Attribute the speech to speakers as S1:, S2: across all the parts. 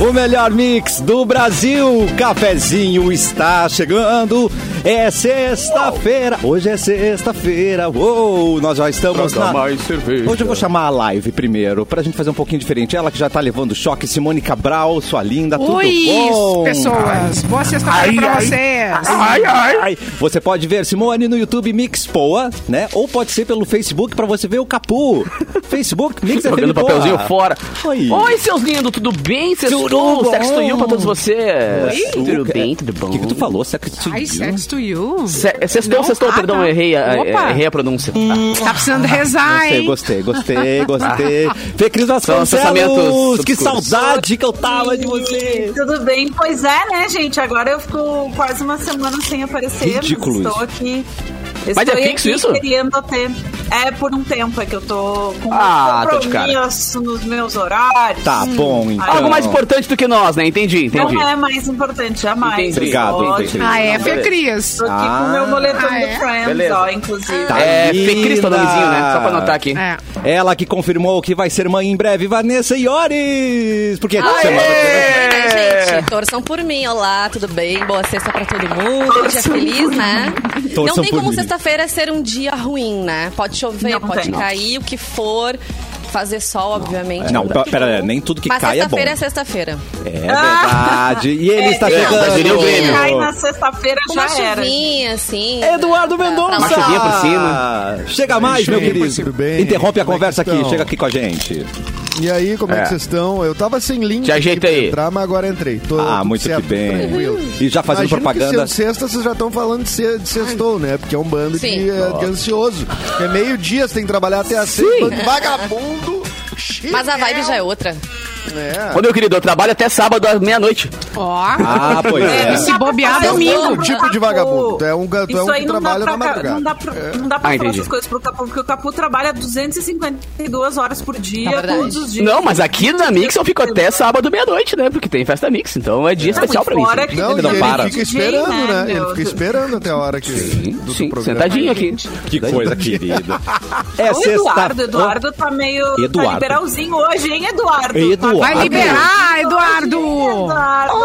S1: O melhor mix do Brasil. O cafezinho está chegando. É sexta-feira. Hoje é sexta-feira. Uou, nós já estamos
S2: Traga
S1: na...
S2: mais cerveja.
S1: Hoje eu vou chamar a live primeiro, pra gente fazer um pouquinho diferente. Ela que já tá levando choque, Simone Cabral, sua linda, tudo
S3: Oi,
S1: bom?
S3: pessoas. Boa sexta-feira pra vocês.
S2: Ai, ai.
S1: Ai, você pode ver Simone no YouTube Mix Poa, né? Ou pode ser pelo Facebook pra você ver o Capu. Facebook Mix FM
S4: Jogando
S1: Poa.
S4: papelzinho fora.
S1: Oi.
S4: seus lindos, tudo bem?
S1: Tudo
S4: Sextou,
S1: bom.
S4: sexto you pra todos vocês.
S1: Oi.
S4: Tudo bem, tudo bom?
S1: O que, que tu falou? Sex to
S3: Ai,
S1: you?
S3: sex to you.
S4: Se- é Sextou,
S3: Não,
S4: sextou,
S3: ah,
S4: perdão,
S3: tá.
S4: errei a, é,
S3: Opa.
S4: errei a pronúncia. Tá.
S3: Tá precisando rezar,
S1: Ah, Gostei,
S3: hein?
S1: gostei, gostei, gostei. Fê Cris Vasconcelos,
S4: acessamentos
S1: que
S4: obscuros.
S1: saudade que eu tava de você.
S5: Tudo bem? Pois é, né, gente? Agora eu fico quase uma semana sem aparecer. mas
S1: Ridículo
S5: Estou
S1: isso.
S5: aqui.
S4: Mas é
S5: Estou
S4: fixo
S5: aqui
S4: isso?
S5: Querendo ter. É por um tempo, é que eu tô com
S4: Ah, tô de cara.
S5: compromisso nos meus horários.
S1: Tá bom, então.
S4: Algo mais importante do que nós, né? Entendi, entendi.
S5: Não é mais importante, jamais.
S4: Entendi.
S1: Obrigado,
S5: Eu
S1: entendi.
S5: ótimo.
S3: Ah, é,
S4: Não, beleza.
S3: Fê Cris.
S5: Tô aqui
S1: Ah.
S5: com o meu moletom
S3: Ah, é?
S5: do Friends,
S4: Beleza.
S5: ó, inclusive.
S1: Tá.
S4: É, Fê Cristo o
S1: Linda.
S4: nomezinho, né? Só pra anotar aqui.
S3: É.
S1: Ela que confirmou que vai ser mãe em breve, Vanessa Iores. Porque semana
S5: É.
S6: Né, gente? Torçam por mim. Olá, tudo bem? Boa sexta pra todo mundo. Um dia feliz, né?
S1: Torçam
S6: não tem
S1: por
S6: como
S1: mim.
S6: sexta-feira ser um dia ruim, né? Pode chover,
S5: Não
S6: pode
S5: tem.
S6: cair, o que for. Fazer sol, obviamente.
S1: né? Não,
S6: é
S1: pe-
S6: bom.
S1: pera, nem tudo que
S6: Mas
S1: cai é bom.
S6: sexta-feira é sexta-feira.
S1: É verdade. E ele está
S5: É,
S1: chegando.
S4: mas ele é o Grêmio.
S5: Cai na sexta-feira
S6: Uma
S5: já era.
S6: chuvinha, assim.
S1: Eduardo
S6: pra- pra-
S1: Mendonça!
S4: Uma chuvinha por cima.
S1: Chega mais, meu
S7: Sim,
S1: querido.
S7: tudo bem?
S1: Interrompe a
S7: Como é que
S1: conversa aqui,
S7: estão?
S1: chega aqui com a gente.
S7: E aí, como é,
S4: É.
S7: que vocês estão? Eu tava sem link
S4: Te ajeita
S7: aqui pra
S4: aí.
S7: entrar, mas agora entrei. Tô
S1: Ah,
S7: tudo
S1: muito
S7: certo,
S1: que bem.
S7: Tranquilo.
S1: E já fazendo
S7: Imagino
S1: propaganda.
S7: Que se é sexta, vocês já estão falando de se- de sextou, né? Porque é um bando
S6: Sim.
S7: de, é, de ansioso. É meio-dia, você tem que trabalhar até as seis. bando de Vagabundo.
S6: Mas a vibe já é outra.
S7: É.
S4: Ô, meu querido, eu trabalho até sábado às meia-noite.
S3: Ó.
S1: Ah, pois é.
S5: É,
S3: Se bobear,
S5: Mas
S3: domingo.
S5: não dá pro
S7: Tipo de
S5: Capu.
S7: vagabundo. Tu é um ga- tu é
S5: Isso
S7: um que
S5: aí não dá
S7: trabalha
S5: pra
S7: na
S5: ca-
S7: madrugada. É.
S5: Não dá pra, não dá pra
S4: Ah,
S5: falar
S4: entendi.
S5: essas coisas pro Capu, porque o Capu trabalha 252 horas por
S6: É
S5: dia,
S6: verdade.
S5: todos os dias.
S4: Não, mas aqui na Mix eu fico até sábado meia-noite, né? Porque tem festa Mix, então é dia especial pra mim.
S5: fora
S4: sim.
S5: que
S7: Não,
S1: Ele
S7: ele,
S1: não
S7: e ele
S1: para.
S7: fica esperando,
S5: Sim,
S7: né?
S5: né,
S7: Ele
S5: meu?
S7: fica esperando até a hora que. do
S4: Sim,
S7: programa.
S4: sentadinho aqui.
S1: Que coisa querida. É
S5: o
S1: sexta.
S5: Eduardo, Eduardo tá meio tá
S1: Eduardo.
S5: liberalzinho hoje, hein, Eduardo?
S1: Eduardo.
S5: Tá
S3: Vai
S5: bem assim,
S3: liberar,
S1: Ah,
S3: Eduardo.
S5: Eduardo.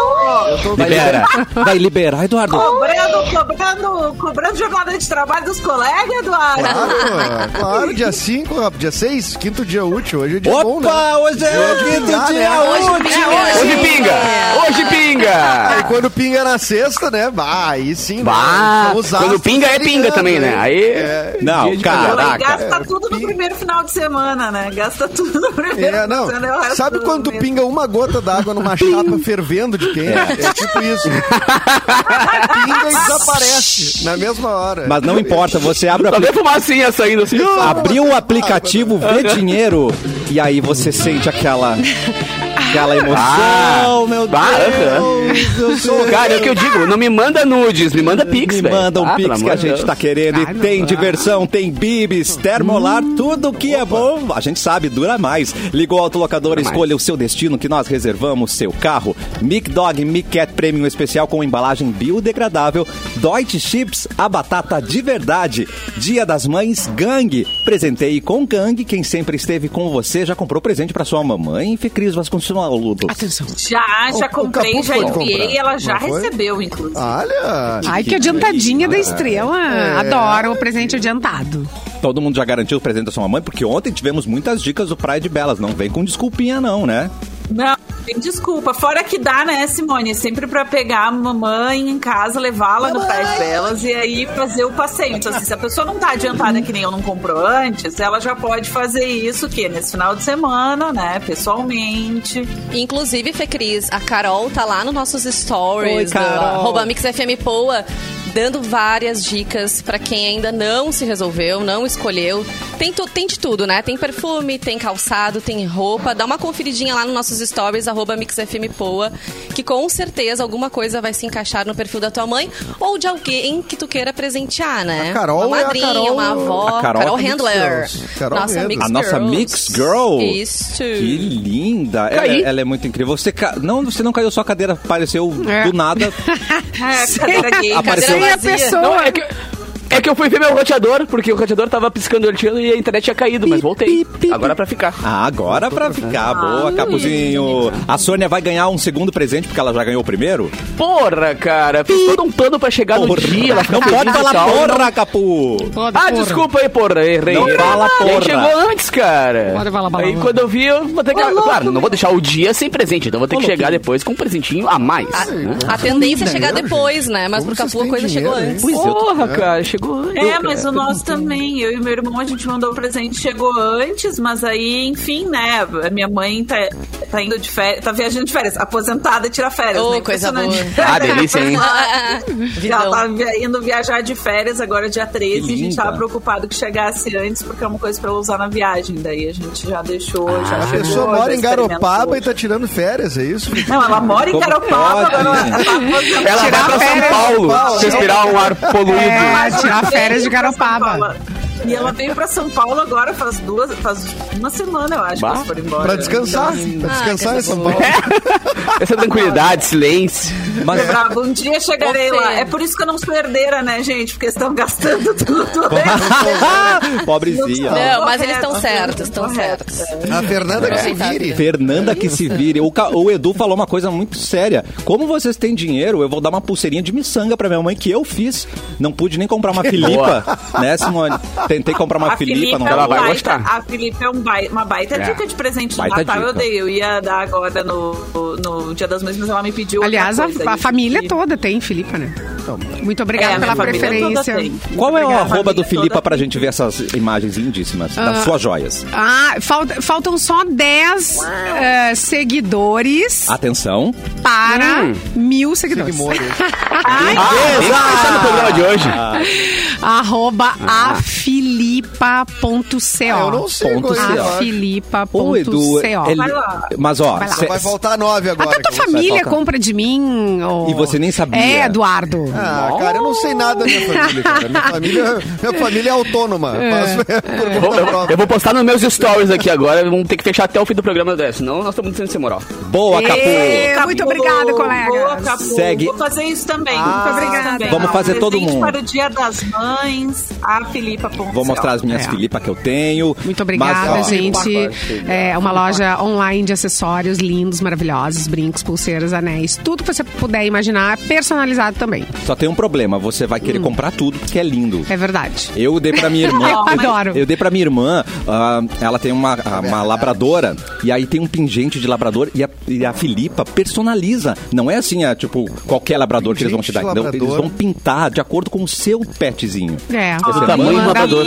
S1: Libera. Vai liberar, Eduardo.
S5: Cobrando, cobrando, cobrando jornada de trabalho dos colegas, Eduardo.
S7: Claro, claro, dia 5, dia 6, quinto dia útil. Hoje é dia bom, né?
S1: Opa, hoje é o quinto
S7: dá,
S1: dia é
S7: né?
S6: Hoje é
S1: útil.
S6: pinga.
S4: Hoje pinga! Hoje
S7: Aí
S4: pinga!
S7: quando pinga na sexta, né? Bah, aí sim. né?
S4: Bah,
S7: São os
S4: quando
S7: astros É,
S4: pinga é
S7: brigando,
S4: pinga também, né? Aí.
S1: Não,
S4: Dia de
S5: Aí
S1: caraca.
S5: gasta tudo no primeiro final de semana, né? Gasta tudo no primeiro
S7: É, É,
S5: final
S7: não.
S5: de semana. é o resto
S7: Sabe
S5: do
S7: quando tu
S5: mês.
S7: pinga uma gota d'água numa chapa fervendo de quente? É tipo isso. pinga e desaparece na mesma hora.
S1: Mas não importa, você abre o
S4: Só vê fumacinha saindo assim.
S1: abriu o aplicativo Vê Dinheiro e aí você sente aquela aquela emoção,
S4: Ah,
S1: meu
S4: ah,
S1: Deus. eu sou-
S4: Cara, é o que eu digo, não me manda nudes, me manda pix,
S1: Me
S4: velho.
S1: manda um
S4: Ah, pelo
S1: pix que
S4: amor
S1: a
S4: de
S1: gente
S4: Deus.
S1: tá querendo. E
S3: Ah, não
S1: tem
S3: dá.
S1: diversão, tem bibis, termolar, tudo que é bom. A gente sabe, dura mais. Ligou o autolocador,
S4: mais.
S1: escolha o seu destino que nós reservamos seu carro. Mic Dog Mic Cat Premium Especial com embalagem biodegradável. Deutsche Chips, a batata de verdade. Dia das Mães, Gangue. Presentei com Gangue. Quem sempre esteve com você já comprou presente pra sua mamãe. Fê Cris Vasconcelos.
S3: Atenção.
S5: Já, já
S7: O- o
S5: comprei,
S7: Capu
S5: já
S7: foi
S5: enviei,
S7: comprar,
S5: ela já
S7: não foi? Ah.
S5: recebeu, inclusive.
S7: Olha.
S5: Ah,
S3: Ai, que adiantadinha da estrela.
S1: É.
S3: Adoro o presente adiantado.
S1: Todo mundo já garantiu o presente da sua mamãe, porque ontem tivemos muitas dicas do Praia de Belas. Não vem com desculpinha, não, né?
S5: Não, tem desculpa. Fora que dá, né, Simone? Sempre pra pegar a mamãe em casa, levá-la no pé de delas e aí fazer o passeio. Então, assim, se a pessoa não tá adiantada que nem eu não compro antes, ela já pode fazer isso, que nesse final de semana, né, pessoalmente.
S6: Inclusive, Fê Cris, a Carol tá lá nos nossos
S1: Oi,
S6: stories, do
S1: Carol.
S6: arroba MixFMPoa, dando várias dicas pra quem ainda não se resolveu, não escolheu. Tem, tu- tem de tudo, né? Tem perfume, tem calçado, tem roupa. Dá uma conferidinha lá nos nossos stories, arroba MixFMPoa, que com certeza alguma coisa vai se encaixar no perfil da tua mãe ou de alguém que tu queira presentear, né?
S7: A Carol
S6: uma
S7: é a
S6: madrinha,
S7: Carol-
S6: uma avó.
S1: a Carol
S6: Carol
S1: é a Mix
S6: Handler.
S7: Girls. Carol é
S6: nossa
S7: Handler.
S6: Mix
S1: A nossa
S6: Girls.
S1: Mix Girl.
S6: Isso.
S1: Que linda! Ela,
S4: Caí.
S1: ela é muito incrível. Você ca- não, você não caiu, sua cadeira apareceu
S3: É.
S1: do nada.
S5: É, cadeira gay,
S1: Apareceu-
S5: cadeira
S3: Sem a
S5: vazia.
S3: pessoa.
S4: Não, é que. É que eu fui ver meu roteador, porque o roteador tava piscando olhando e a internet tinha caído, mas voltei. Agora é pra ficar.
S1: Ah, agora pra ficar. Boa, Capuzinho. A Sônia vai ganhar um segundo presente, porque ela já ganhou o primeiro.
S4: Porra, cara. Fiz todo um plano pra chegar no dia. Ela fica
S1: Não
S4: feliz
S1: pode
S4: e
S1: falar
S4: tal.
S1: porra, Capu.
S3: Toda
S4: Ah,
S3: porra.
S4: desculpa aí, porra. Errei.
S1: Não
S4: errei.
S1: fala
S4: E aí
S1: porra.
S4: chegou antes, cara.
S3: Pode falar, bala,
S4: Aí
S3: bala.
S4: quando eu vi, eu vou ter que. claro, não vou deixar o dia sem presente. Então vou ter que chegar depois com um presentinho a mais. né?
S6: A tendência é chegar depois, né? Mas
S7: Como
S6: pro
S7: vocês
S6: Capu a
S7: têm
S6: coisa chegou
S7: dinheiro, hein?
S6: antes.
S7: Pois é, eu tô-
S4: Porra, cara, chegou antes.
S5: É,
S4: cara.
S5: mas o nosso também. Eu e meu irmão, a gente mandou o presente, chegou antes, mas aí, enfim, né? a Minha mãe tá, tá indo de férias, tá viajando de férias, aposentada tira férias.
S6: Ô,
S5: né?
S6: coisa boa.
S5: Impressionante.
S4: Ah, delícia,
S7: é.
S4: hein?
S6: Ah, ah, ah.
S5: Ela
S6: Vidão.
S5: tá via- indo viajar de férias agora dia 13. A gente
S1: linda.
S5: tava preocupado que chegasse antes, porque é uma coisa pra ela usar na viagem. Daí a gente já deixou, já
S7: Ah, A
S5: chegou.
S7: pessoa
S5: já
S7: mora em Garopaba e
S5: experimentou.
S7: tá tirando férias, é isso?
S5: Não, ela mora em
S1: Como
S5: Garopaba,
S1: pode,
S5: agora ela
S1: né?
S5: tá aposentada.
S4: Ela
S3: Tirar
S4: vai pra São
S3: férias.
S4: Paulo
S7: Paulo,
S4: respirar um ar poluído.
S3: É,
S5: Ela
S3: tirar
S5: veio
S3: férias de
S5: pra São
S3: Garopaba.
S5: Paulo. E ela veio pra São Paulo agora faz duas, faz uma semana, eu acho,
S4: Bah.
S5: que eles foram embora.
S7: Pra descansar. Pra descansar em São Paulo.
S4: Essa tranquilidade, silêncio.
S1: Mas
S5: Então, bravo, um dia chegarei
S6: Ô, Fê.
S5: lá. É por isso que eu não sou herdeira, né, gente? Porque estão gastando tudo. né?
S1: ah, Pobrezinha.
S6: Não, mas eles estão certos, estão certos.
S7: A Fernanda que se
S6: Coitada.
S7: vire.
S1: Fernanda que se vire. O, Ca- o Edu falou uma coisa muito séria. Como vocês têm dinheiro, eu vou dar uma pulseirinha de miçanga pra minha mãe que eu fiz. Não pude nem comprar uma Filipa, né, Simone? Tentei comprar uma
S5: A Filipe
S1: Filipa, não
S5: é um
S4: ela
S1: dava.
S4: vai
S5: baita-
S4: gostar.
S5: A Filipe é um bai- uma baita
S4: É.
S5: dica de presente do
S1: Baita
S5: Natal.
S1: dica.
S5: Eu dei, eu ia dar agora no, no Dia das Mães, mas ela me pediu. outra
S3: Aliás, a,
S5: coisa,
S3: a
S5: e-
S3: família
S5: e-
S3: toda tem Filipa, né? Muito
S5: É,
S3: obrigada
S5: a
S3: pela
S5: minha família
S3: preferência.
S5: toda tem. Muito
S1: Qual é o
S5: obrigada,
S1: arroba do
S5: família
S1: Filipa
S5: toda
S1: pra
S5: tem.
S1: gente ver essas imagens lindíssimas das
S3: Ah.
S1: suas joias?
S3: Ah, falta- faltam só 10 eh, seguidores
S1: Ah, Atenção.
S3: para
S1: hum.
S3: mil seguidores.
S4: Ah, nem começar no programa de hoje.
S3: Arroba
S1: Ah.
S3: afilipa.co.
S7: Ah, Eu não sei.
S1: Ponto
S7: Goiás.
S1: C, ó. Ô, Edu,
S3: Afilipa.co.
S7: é-
S1: ele-
S5: Vai lá.
S1: mas ó,
S3: Vai lá.
S1: cê-
S7: Vai faltar nove agora.
S3: Até tua
S7: que eu vou
S3: família
S1: faltar.
S3: compra de mim. ô.
S1: E você nem sabia.
S3: É, Eduardo.
S7: Ah, cara, eu não sei nada da minha família, cara. Minha família, minha família é autônoma. Faço por
S4: Vou-
S7: conta
S4: eu, eu
S7: própria.
S4: vou postar nos meus stories aqui agora. Vamos ter que fechar até o fim do programa, né? senão nós estamos sendo sem moral.
S1: boa, Capu.
S3: Ê, É, Muito obrigada,
S5: Boa, boa,
S3: colega.
S5: Capu.
S1: Segue.
S5: Vou fazer isso também.
S3: Ah,
S5: Vamos fazer isso
S3: obrigada.
S5: também.
S1: Vamos fazer todo
S5: Presente
S1: mundo.
S5: para o Dia das Mães, a Filipa.
S1: Vou mostrar as minhas
S3: É.
S1: Filipa que eu tenho.
S3: Muito obrigada,
S1: Mas, ó,
S3: gente. É uma loja online de acessórios lindos, maravilhosos, brincos, pulseiras, anéis, tudo que você puder imaginar, personalizado também.
S1: Só tem um problema, você vai
S3: Hum.
S1: querer comprar tudo porque é lindo.
S3: É verdade.
S1: Eu dei pra minha irmã.
S3: Eu adoro.
S1: Eu dei pra minha irmã. ah, ela tem uma, ah, uma labradora. E aí tem um pingente de labrador. E a, e a Filipa personaliza. Não é assim, é, tipo, qualquer labrador que eles vão te dar.
S7: Pingente de
S1: Não, eles
S7: labrador.
S1: vão pintar de acordo com o seu petzinho.
S3: É.
S5: Tá
S4: tamanho do
S3: manda,
S4: labrador.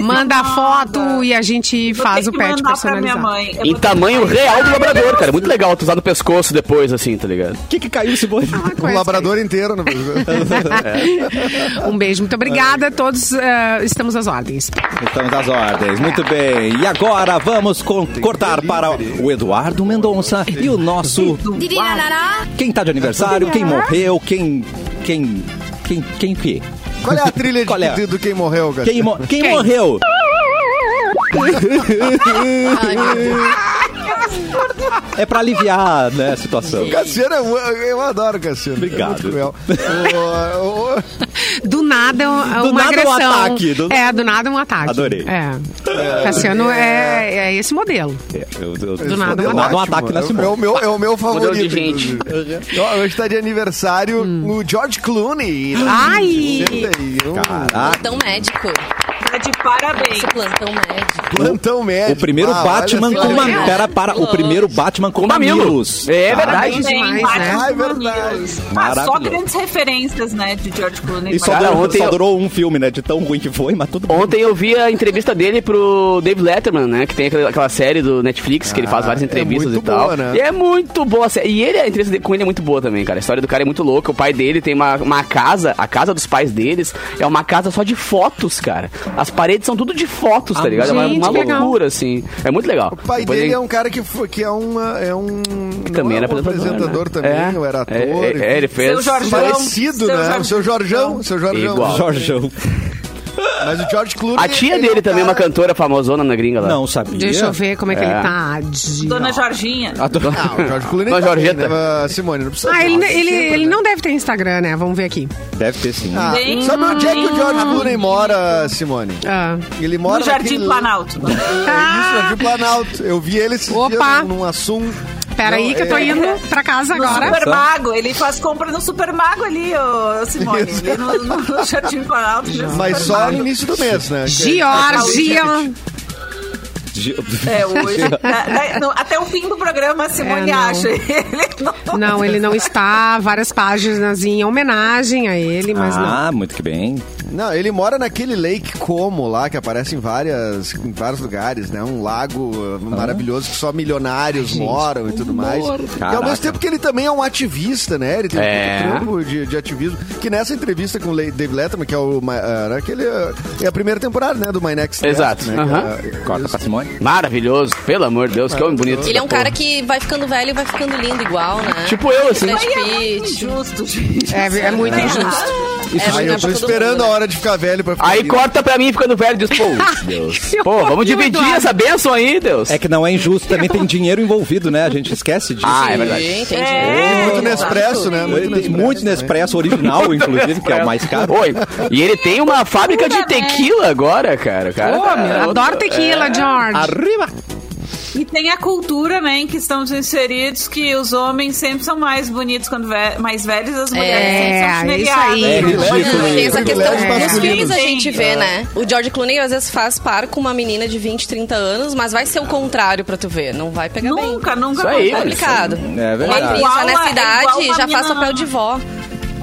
S3: manda a foto e a gente faz o pet
S5: Pra minha
S3: personalizado.
S5: mãe. Eu
S4: Em
S5: vou ter que
S4: tamanho
S5: mandar.
S4: real do labrador, cara. É Muito legal tu usar no pescoço depois, assim, tá ligado?
S1: O que, que caiu esse boi?
S3: Ah,
S7: Um
S3: conhece,
S7: labrador inteiro. No...
S3: cara. Um beijo, muito obrigada. Todos eh, estamos às ordens.
S1: Estamos às Então, ordens. Muito bem. E agora vamos con- cortar para o Eduardo Mendonça e o nosso. Quem tá de aniversário, quem morreu, quem. Quem. Quem. Quem. Quem,
S7: Qual é a trilha
S1: Qual é?
S7: de, do quem morreu, cara?
S1: quem, mo- quem morreu?
S6: Ai, meu Deus.
S1: É pra aliviar né, a situação.
S7: Cassiano, eu, eu adoro Cassiano.
S1: Obrigado.
S7: É muito cruel. O- o- o-
S3: Do nada um-
S1: Do nada
S3: uma
S1: um
S3: agressão.
S1: ataque, do-
S3: É, do nada um ataque.
S1: Adorei.
S3: É. Cassiano é, é esse modelo.
S1: É, eu- eu-
S7: Esse
S3: nada,
S7: modelo
S3: um
S1: ataque.
S7: ótimo.
S1: Um ataque na
S7: É o-
S1: Simone.
S7: É o meu, é o meu
S4: Modelo de
S7: favorito.
S4: gente.
S7: inclusive. Ó, Hoje tá de aniversário o George Clooney.
S3: Ai!
S7: 81.
S1: Caraca.
S6: Plantão Então, médico.
S5: Tá de parabéns.
S6: Esse plantão médico.
S7: Plantão médio.
S1: O primeiro
S7: Ah,
S1: Batman
S7: olha só.
S1: com
S6: uma-
S1: mamilos. Pera, para. O primeiro Batman com
S4: Com mamilo.
S1: mamilos.
S4: É verdade.
S3: Parabéns demais, né?
S5: vários
S7: Ah, é verdade.
S5: mamilos. Ah, só
S1: Maravilhoso.
S5: grandes referências, né, de George Clooney.
S1: Ah, E só,
S4: Cara,
S1: durou,
S4: ontem
S1: só
S4: eu-
S1: durou um filme, né? De tão ruim que foi, mas tudo bem.
S4: Ontem eu vi a entrevista dele pro Dave Letterman, né? Que tem aquela- aquela série do Netflix, que ele faz várias
S7: é
S4: entrevistas
S7: muito
S4: e tal.
S7: boa, né?
S4: E é muito boa a série. E ele, a entrevista dele, com ele é muito boa também, cara. A história do cara é muito louca. O pai dele tem uma, uma casa, a casa dos pais deles, é uma casa só de fotos, cara. As paredes são tudo de fotos, tá ligado? É uma,
S3: gente,
S4: uma
S3: que legal.
S4: loucura, assim. É muito legal.
S7: O pai dele é um cara que, foi, que é, uma, é um.
S4: também
S7: não
S4: era
S7: é um
S4: né?
S7: apresentador também, ou era ator.
S4: É, é, é, ele fez.
S5: Seu Jorge-
S7: Parecido,
S5: Seu
S7: né?
S5: Jorge-
S7: Ah, O seu Jorjão. Seu Jorjão.
S4: Igual.
S1: Jorjão.
S7: Mas o George Clooney...
S4: A tia
S7: ele
S4: dele
S7: um
S4: também é uma
S7: cara-
S4: cantora famosona na gringa lá.
S1: Não sabia.
S3: Deixa eu ver como é que ele
S4: É.
S3: tá. de-
S5: Dona Jorginha.
S1: A do-
S7: Ah, o George Clooney
S4: Não,
S7: tá bem,
S4: Jorgeta.
S7: né? Simone, não precisa...
S3: Ah, ele,
S7: Nossa,
S3: ele,
S7: sempre,
S3: ele
S7: né?
S3: não deve ter Instagram, né? Vamos ver aqui.
S1: Deve ter sim.
S7: Ah,
S5: Bem-
S7: sabe onde é que o George Clooney mora, Simone?
S3: Ah,
S7: Ele mora
S5: No Jardim
S7: naquele-
S5: Planalto.
S7: É, Isso, Jardim Planalto. Eu vi ele esse
S3: Opa.
S7: dia num, num assunto.
S3: pera aí
S7: Não,
S3: que eu tô
S7: é-
S3: indo pra casa agora.
S5: Super Mago, ele faz compra no Super Mago ali, ô Simone. Ali no, no, no Jardim é Planalto. no
S7: Mas
S5: Super
S7: só
S5: Mago.
S7: no início do mês, né?
S3: Georgia.
S1: Gi-
S5: É, hoje. Na- na- no- até o fim do programa, a Simone
S3: É, não.
S5: acha. Ele não...
S3: Não, ele não está. Várias páginas em homenagem a ele, mas não.
S1: Ah, muito que bem.
S7: Não, ele mora naquele Lake Como lá, que aparece em, várias, em vários lugares, né? Um lago uh, maravilhoso que só milionários moram e tudo mais. E ao
S1: Caraca.
S7: mesmo tempo que ele também é um ativista, né? Ele tem
S4: É.
S7: muito trampo de, de ativismo. Que nessa entrevista com o Le- Dave Letterman, que é o... ma- era aquele, uh, é a primeira temporada, né? Do My Next Guest,
S4: Exato.
S7: né, que
S4: Aham.
S7: era-
S1: Corta pra Simone.
S4: Maravilhoso, pelo amor de Deus, que homem bonito.
S6: Ele é um cara que vai ficando velho e vai ficando lindo igual, né?
S4: Tipo eu, assim.
S6: Brad
S5: Aí é muito
S6: Pitt.
S5: injusto, gente. Né?
S3: É, é muito injusto.
S6: É,
S7: Aí
S6: não é
S5: tá
S7: eu tô
S6: pra todo
S7: esperando
S6: mundo,
S7: a
S6: né?
S7: hora de ficar velho pra ficar
S4: Aí
S7: lindo.
S4: corta pra mim ficando velho e diz, pô,
S6: Ah,
S4: Deus. Pô, vamos
S3: E o
S4: dividir
S3: Eduardo?
S4: essa benção aí, Deus.
S1: É que não é injusto, também tem dinheiro envolvido, né? A gente esquece disso.
S4: Ah, é
S1: Tem
S4: verdade.
S6: Entendi.
S5: É.
S7: Muito Nespresso, né? Muito
S1: Tem muito Nespresso original, inclusive, que é o mais caro.
S4: Oi, e ele tem uma fábrica
S6: né?
S4: de tequila agora, cara. O cara é
S3: Ô,
S4: tá-
S3: meu, adoro tequila, George.
S1: Arriba!
S5: E tem a cultura, né, em que estamos inseridos, que os homens sempre são mais bonitos quando ve- mais velhos, as mulheres sempre são
S3: É, isso
S5: chineliadas.
S3: aí.
S1: É ridículo.
S6: Tem essa questão dos
S7: Privilégios
S6: filhos
S5: masculinos.
S6: a gente vê,
S5: É.
S6: né? O George Clooney às vezes faz par com uma menina de 20, 30 anos, mas vai ser o contrário pra tu ver. Não vai pegar bem.
S5: Nunca, nunca
S4: Isso aí,
S5: acontece.
S6: Complicado.
S1: É verdade.
S6: Uma atriz já
S5: Igual a-
S6: nessa idade
S5: igual uma
S6: já faz
S5: mina-
S6: papel de vó.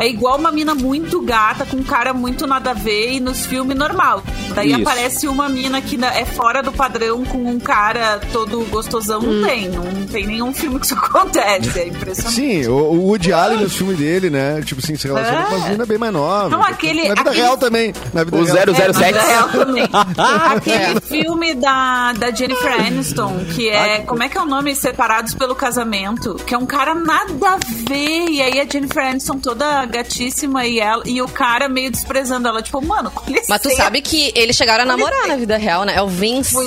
S5: É igual uma mina muito gata, com um cara muito nada a ver, e nos filmes normal. Daí
S1: Isso.
S5: aparece uma mina que na- é fora do padrão, com um cara todo gostosão.
S6: Hum.
S5: Não tem, não tem nenhum filme que isso acontece. É impressionante.
S7: Sim, o, o Woody Allen nos filmes dele, né? Tipo assim, se relaciona
S5: É.
S7: com uma menina bem mais nova.
S5: Não, aquele-
S7: Na vida
S5: aquele-
S7: real também. Na vida
S4: O
S7: real.
S4: zero-
S5: É, mas
S4: 07.
S5: é, eu também. Aquele filme da, da Jennifer Aniston, que é. Como é que é o nome? Separados pelo Casamento. Que é um cara nada a ver. E aí a Jennifer Aniston toda gatíssima e, ela, e o cara meio desprezando ela. Tipo, mano, com licença.
S6: Mas tu sabe que eles chegaram a namorar na vida real, né? É o Vince. Mas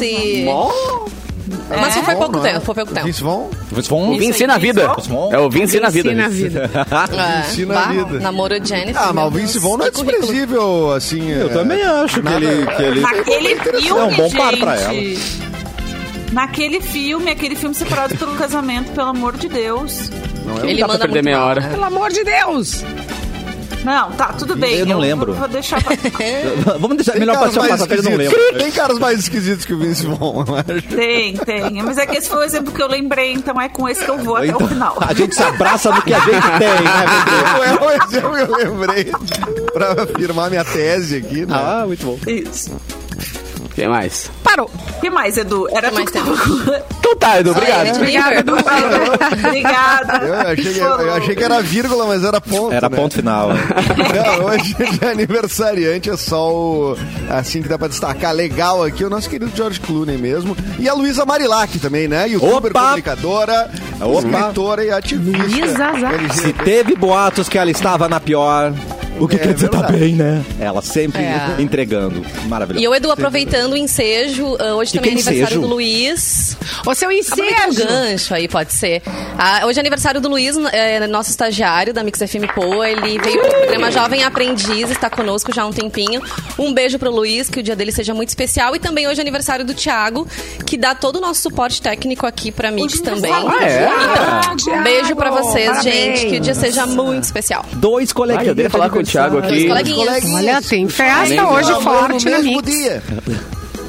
S6: foi
S7: Vaughn,
S6: pouco
S7: não é?
S6: tempo, foi pouco tempo.
S7: Vince Vaughn?
S1: Vocês vão.
S4: O Vinci na vida. É o Vinci na vida.
S3: Sim, na vida.
S6: É.
S7: Vince na
S6: Bah,
S7: vida.
S6: Namorou Jennifer.
S7: Ah, mas
S6: meu
S7: o Vince
S6: Deus,
S7: Vaughn não é
S6: que currículo.
S7: desprezível, assim.
S1: Eu também acho que ele, que ele. é
S5: Naquele
S1: interessante.
S5: filme,
S1: É um bom
S5: gente.
S1: par pra ela.
S5: Naquele filme, aquele filme separado pelo casamento, pelo amor de Deus.
S6: Ele
S4: dá pra
S6: manda
S4: perder
S6: muito
S4: meia
S6: mal,
S4: hora.
S6: né?
S3: Pelo amor de Deus.
S5: Não, tá, tudo bem.
S1: Eu não lembro.
S5: Vou, vou deixar pra...
S1: Vamos deixar melhor pra chamar, só que eu não lembro.
S7: Tem caras mais esquisitos que o Vince Vaughn, eu acho.
S5: Tem, tem. Mas é que esse foi o exemplo que eu lembrei, então é com esse que eu vou até
S1: Então,
S5: o final.
S1: a gente se abraça no que a gente tem, né, Bebê?
S7: Não é o exemplo que eu lembrei pra afirmar minha tese aqui, né?
S1: Ah, muito bom.
S5: É Isso.
S4: Quem mais?
S3: Parou.
S5: O que mais, Edu? Era
S6: mais
S5: tu que tava com-
S4: Então tá, Edu, obrigado.
S6: Ele é de
S3: Obrigada,
S6: Denver.
S3: Edu.
S5: Obrigada.
S7: Eu achei, que, eu achei que era vírgula, mas era ponto.
S1: Era
S7: né?
S1: ponto final.
S7: Não, hoje é de aniversariante é só o. Assim que dá pra destacar legal aqui, o nosso querido George Clooney mesmo. E a Luísa Marilac também, né? Youtuber,
S1: Opa!
S7: publicadora,
S1: Opa!
S7: escritora e ativista.
S3: Luísa Zá.
S7: LGBT.
S1: Se teve boatos que ela estava na pior, o que
S7: É
S1: quer dizer
S7: verdade.
S1: tá bem, né? Ela sempre
S6: É.
S1: entregando. Maravilhoso.
S6: E eu, Edu, aproveitando o ensejo, ah, hoje
S1: Que
S6: também é
S1: que é
S6: aniversário
S1: ensejo?
S6: do Luiz.
S3: O seu
S6: Aproveita o
S3: ensejo.
S6: um gancho aí, pode ser. Ah, hoje é aniversário do Luiz, é, nosso estagiário da Mix FM Poa. Ele veio pro programa Jovem Aprendiz, está conosco já há um tempinho. Um beijo pro Luiz, que o dia dele seja muito especial. E também hoje é aniversário do Thiago, que dá todo o nosso suporte técnico aqui pra Mix também.
S4: Ah, é?
S6: Então, um beijo pra vocês,
S3: Parabéns.
S6: gente. Que o dia seja muito especial.
S1: Dois
S4: Ah,
S6: é.
S4: eu
S1: coleguinhas.
S4: odeio falar
S1: de
S4: com o Thiago
S1: aniversário.
S4: aqui.
S6: Coleguinhas.
S3: Olha, tem festa hoje
S7: Amor
S3: forte
S7: no
S3: na
S7: mesmo
S3: Mix.
S7: dia.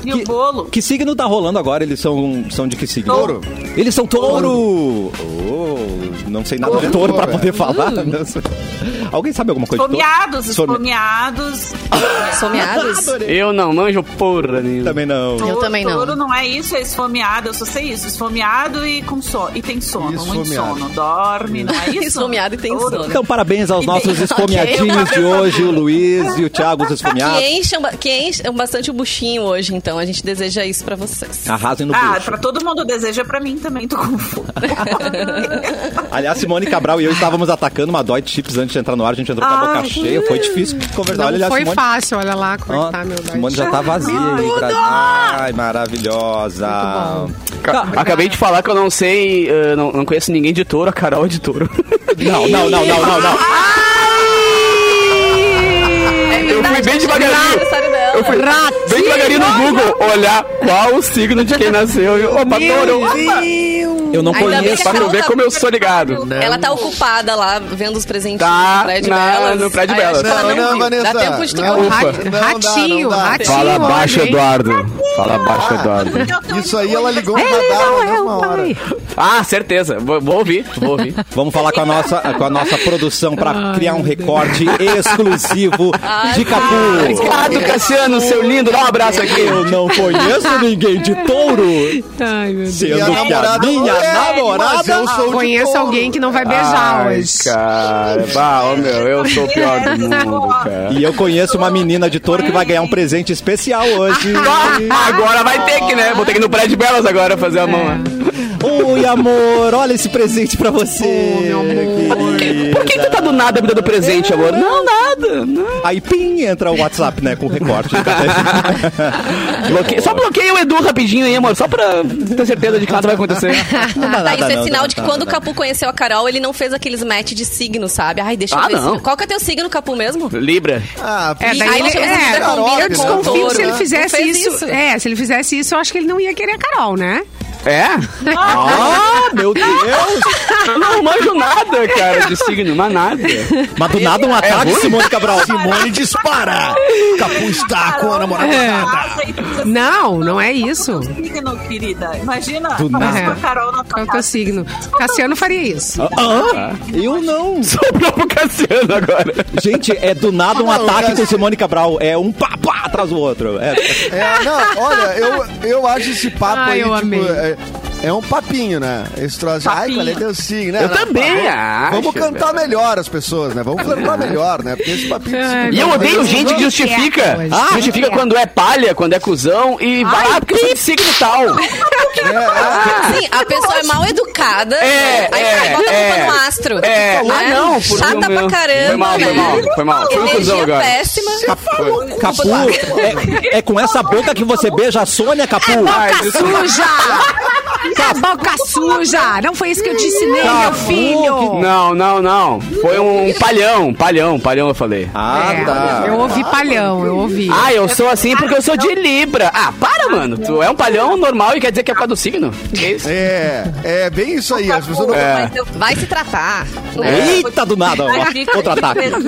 S5: E o bolo?
S1: Que signo tá rolando agora? Eles são, são de que signo?
S7: Touro.
S1: Eles são touro! Oh, não sei nada de touro pra
S7: Touro,
S1: poder falar. Não sei. Alguém sabe alguma coisa
S5: Esfomeados,
S1: de touro? Some-
S5: esfomeados.
S6: Someados?
S4: Eu não manjo porra nenhuma.
S1: Também não.
S6: Eu
S5: Touro-
S6: também não.
S5: Touro não é isso, é esfomeado. Eu só sei isso. Esfomeado e com sono. E tem sono, muito
S7: Esfomeado.
S5: sono. Dorme, não é isso?
S6: Esfomeado e tem
S5: Touro.
S6: sono.
S1: Então, parabéns aos nossos
S6: Ok,
S1: esfomeadinhos de hoje, o Luiz e o Thiago, os
S6: Que
S1: esfomeados.
S6: enchem, ba- que enchem bastante o buchinho hoje, então. Então a gente deseja isso pra vocês.
S1: Arrasem no
S5: Ah,
S1: bucho.
S5: pra todo mundo deseja, pra mim também, tô com fome.
S1: Aliás, Simone Cabral e eu estávamos atacando uma Dói Chips antes de entrar no ar. A gente entrou com a
S5: Ah,
S1: boca cheia. Foi difícil conversar.
S3: Não
S1: Olha, aliás,
S3: foi
S1: Simone...
S3: fácil, olha lá como é
S1: Ó,
S3: que tá, meu Deus.
S1: Simone já tá vazia. aí pra- Ai, maravilhosa.
S4: Ca- Acabei de falar que eu não sei, eh, não, não conheço ninguém de touro, a Carol é de touro.
S1: Não, não, não, não, não, não.
S4: Eu
S6: Tá,
S4: fui bem devagarinho. Eu fui bem devagarinho no Google olhar qual o signo de quem nasceu. E, Opa, touro.
S1: Eu não
S6: Ainda bem
S1: conheço.
S6: que
S4: Pra tu ver como eu sou ligado.
S3: Né?
S6: Ela tá ocupada lá, vendo os presentinhos
S4: Tá
S6: no prédio
S4: na-
S6: delas.
S4: no prédio
S6: Aí eu acho
S4: delas.
S6: que ela
S7: Não, não,
S6: viu.
S7: Vanessa,
S6: Dá
S1: é
S6: tempo de tu
S7: não.
S3: O
S6: contar.
S3: ra-
S7: Ufa. Não dá,
S3: ratinho,
S7: não dá.
S3: ratinho.
S4: Fala
S3: olha,
S4: abaixo,
S3: hein?
S4: Eduardo. Fala abaixo, Eduardo.
S5: Então,
S7: Isso aí ela ligou pra dar
S3: é
S7: na
S3: um
S7: mesma hora.
S4: Ah, certeza. Vou, vou ouvir, vou ouvir.
S1: Vamos falar com a nossa, com a nossa produção para criar um recorte exclusivo de Capu.
S4: Obrigado, Cassiano, seu lindo. Dá um abraço aqui.
S1: Eu não conheço ninguém de touro,
S3: Ai, meu Deus.
S1: sendo que a minha
S7: É, mas
S1: namorada...
S7: eu sou de
S3: Conheço
S7: touro.
S3: alguém que não vai beijar
S4: Ai,
S3: hoje.
S4: cara. Bah, ô, meu, eu sou o pior do mundo, cara.
S1: E eu conheço uma menina de touro que vai ganhar um presente especial hoje.
S4: Ah, agora vai ter que, né? Vou ter que ir no prédio Belas agora fazer a mão. né?
S1: Oi, amor, olha esse presente pra
S6: Oh,
S1: você.
S4: Por que, que tu tá do nada me dando presente, amor? Não, nada. não.
S1: Aí, pim, entra o WhatsApp, né, com o recorte.
S4: Bloqueia- só bloqueia o Edu rapidinho aí, amor. Só pra ter certeza de que nada vai acontecer.
S1: Não dá
S6: Tá, isso
S1: nada,
S6: é
S1: não,
S6: sinal
S1: não
S6: de que
S1: dá
S6: quando o
S1: nada.
S6: Capu conheceu a Carol, ele não fez aqueles match de signo, sabe? Ai, deixa
S4: Ah,
S6: eu ver.
S4: não.
S6: se- Qual que é teu signo, Capu, mesmo?
S4: Libra.
S7: Ah,
S3: É,
S6: E
S3: daí
S6: aí assim,
S3: ele,
S6: chama-se
S3: é,
S6: Zé
S3: eu
S6: Combina com
S3: desconfio
S6: touro,
S3: se ele
S6: né?
S3: fizesse
S6: Não fez
S3: isso,
S6: isso.
S3: É, se ele fizesse isso, eu acho que ele não ia querer a Carol, né?
S4: É?
S5: assim,
S1: Ah, meu Deus!
S4: Eu não manjo nada, cara, de signo, mas nada.
S1: Mas do nada um ataque,
S4: ruim?
S1: Simone tá Cabral.
S7: Simone dispara. Capu está tá com a namorada.
S5: né? Ah, assim.
S3: Não, não é isso.
S5: Qual é o teu signo, querida? Imagina.
S1: Do
S5: falar isso
S1: nada.
S5: com a Carol na
S3: Qual
S5: tua
S3: é o teu
S5: casa.
S3: signo? Cassiano faria isso.
S1: Ah, eu não.
S4: Sobrou pro Cassiano agora.
S1: Gente, é do nada um
S7: Não,
S1: ataque
S7: cara.
S1: com Simone Cabral. É um pá, pá atrás do outro. É.
S7: É, não, olha, eu, eu acho esse papo
S3: Ai,
S7: aí,
S3: eu
S7: tipo,
S3: amei.
S7: É, é um papinho, né? Esse troço. Ai,
S5: Papinho.
S7: qual é teu signo? né?
S4: Eu
S7: Não,
S4: também
S7: vamos-
S4: acho,
S7: Vamos cantar melhor as pessoas, né? Vamos cantar melhor, né? Porque esse papinho... de signo-
S4: E eu odeio
S3: Mas
S4: gente
S3: eu
S4: que
S3: não
S4: justifica.
S3: quero hoje.
S4: Ah, justifica
S3: Eu não
S4: quando é palha, quando é cuzão e vai lá porque eu sou de signo tal.
S6: Sim, a pessoa é mal educada.
S4: É,
S6: aí
S4: é,
S6: sai, bota a
S4: é,
S6: culpa no astro.
S4: é.
S6: Né?
S4: Ah, não, por
S6: Chata
S4: Deus, meu.
S6: pra caramba.
S4: Foi mal, foi mal,
S6: né?
S4: foi mal. Foi um cuzão
S6: Energia
S4: agora.
S6: péssima.
S1: Capu, é, é com essa boca que você beija a Sônia, Capu.
S7: É
S3: Boca suja! Minha boca suja! Não foi isso que eu te ensinei, meu filho!
S4: Tá, Não, não, não. Foi um palhão, palhão, palhão eu falei.
S1: Ah,
S3: É, eu
S1: tá.
S3: ouvi palhão, eu ouvi.
S4: Ah, eu sou assim porque eu sou de Libra. Ah, para, mano. Tu é um palhão normal e quer dizer que é por causa do signo? Que isso?
S7: É, é bem isso aí. As pessoas não...
S4: É.
S5: Mas eu
S6: Vai se tratar. né?
S7: É.
S1: Eita, do nada.
S5: Uma dica
S1: Outro
S5: de
S1: ataque.
S5: presente.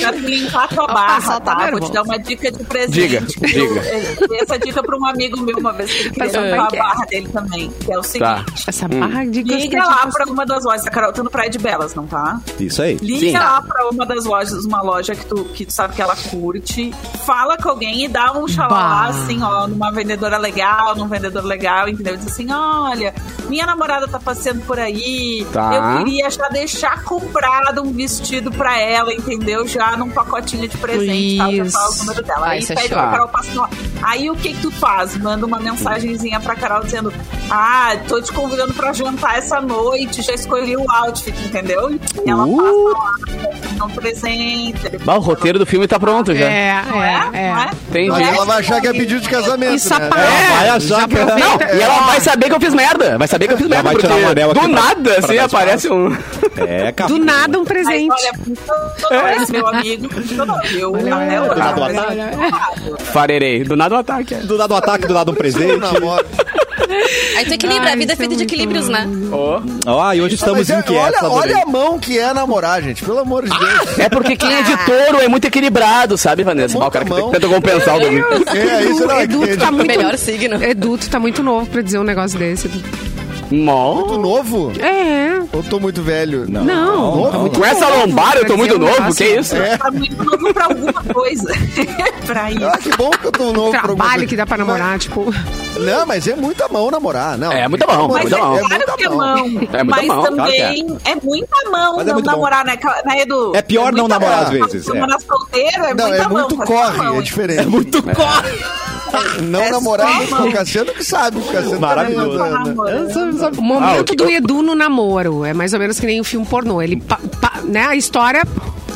S5: Pra limpar tua barra,
S3: passar, tá
S5: tá? Vou
S3: nervoso.
S5: te dar uma dica de presente.
S4: Diga,
S5: Eu-
S4: diga.
S5: eu dei Essa dica pra um amigo meu uma vez que ele queria
S3: Passar
S5: limpar a
S3: bem.
S5: barra dele também. Que é o seguinte.
S4: Tá.
S3: Essa barra de
S5: Liga lá pra uma das lojas. A Carol tá no Praia de Belas, não tá?
S1: Isso aí.
S5: Liga
S4: Sim.
S5: lá pra uma das lojas, uma loja que tu, que tu sabe que ela curte. Fala com alguém e dá um xalá,
S3: Bah.
S5: assim, ó, numa vendedora legal, num vendedor legal, entendeu? Diz assim: olha, minha namorada tá passeando por aí.
S4: Tá.
S5: Eu queria já deixar comprado um vestido pra ela, entendeu? Já num pacotinho de presente, tá? Já fala o
S3: Isso.
S5: número dela.
S6: Ah,
S5: Aí
S6: isso é
S5: pede
S6: chato.
S5: pra Carol passar. lá. Aí o que, que tu faz? Manda uma mensagenzinha pra Carol dizendo: Ah, tô te convidando pra jantar essa noite, já escolhi o outfit, entendeu? E ela
S4: Uh.
S5: passa lá, um presente.
S4: Bah, o roteiro do filme tá pronto já.
S3: É, é,
S4: Entendi.
S7: Mas ela vai achar que é pedido de
S3: é.
S7: casamento,
S3: E
S7: né?
S3: sapato.
S1: Ela vai achar que...
S4: Não, e ela vai saber que eu fiz merda. Vai saber que eu fiz merda.
S1: vai
S4: porque
S1: tirar o anel aqui
S4: do
S1: pra-
S4: nada,
S1: pra
S4: assim,
S1: dar
S4: aparece um.
S1: É, Capu.
S3: Do nada um presente.
S5: Olha, funcionou esse meu amigo, funcionou. Eu, até hoje,
S1: Obrigado,
S5: mas
S1: Natália.
S5: é muito errado.
S4: Farerei. Do nada um ataque. é.
S1: um Do nada um ataque, do nada um
S7: É,
S1: presente.
S7: Namora.
S6: Aí tu equilibra,
S3: Ai,
S6: a vida é
S3: isso é
S6: feita de
S3: muito
S6: equilíbrios, né?
S4: Ó.
S1: Ó, e hoje estamos
S7: Mas é,
S1: inquietos.
S7: olha,
S1: adorei.
S7: olha a mão que é namorar, gente. Pelo amor de Deus.
S4: É porque quem é de touro é muito equilibrado, sabe, Vanessa?
S7: Muita
S4: Bah, o cara que
S7: mão.
S4: tenta compensar o domingo.
S7: É, isso não, é
S3: Edu,
S7: que-
S3: tu tá muito...
S6: Melhor signo.
S3: Edu, tu tá muito novo pra dizer um negócio desse.
S4: Mó.
S7: Tô novo?
S3: É,
S7: Ou tô muito velho?
S1: Não.
S3: Não.
S1: não, não.
S4: Com essa lombar eu tô muito novo, que isso?
S5: Tá muito novo pra alguma coisa. pra isso.
S7: Ah, que bom que eu tô novo. pra alguma
S3: trabalho
S7: coisa.
S3: que dá pra namorar, tipo...
S7: Não, mas é muita mão namorar. Não.
S4: É, muita mão,
S5: Mas
S4: muita
S5: é
S4: mão.
S5: claro que é mão.
S4: É muita
S5: mas
S4: mão, claro
S5: também é. muita mão
S1: Mas é
S5: não
S1: muito bom.
S5: namorar, né, Ca- né, Edu?
S1: É pior não
S5: muita
S1: namorar
S5: mão.
S1: às vezes,
S5: Namorar solteiro é
S7: Não,
S5: muita
S7: é muito
S5: mão, né? faz
S7: corre,
S5: mão,
S7: é
S5: hein?
S7: diferente.
S1: Tu corre.
S7: Não
S5: É
S7: namorado,
S5: só, mano.
S7: o Cassiano que sabe. O Cassiano
S1: Maravilhoso.
S7: Tá namorando.
S5: né?
S3: O momento
S4: Ah, o-
S3: do Edu no namoro. É mais ou menos que nem um filme pornô. Ele, pa- pa- né, a história,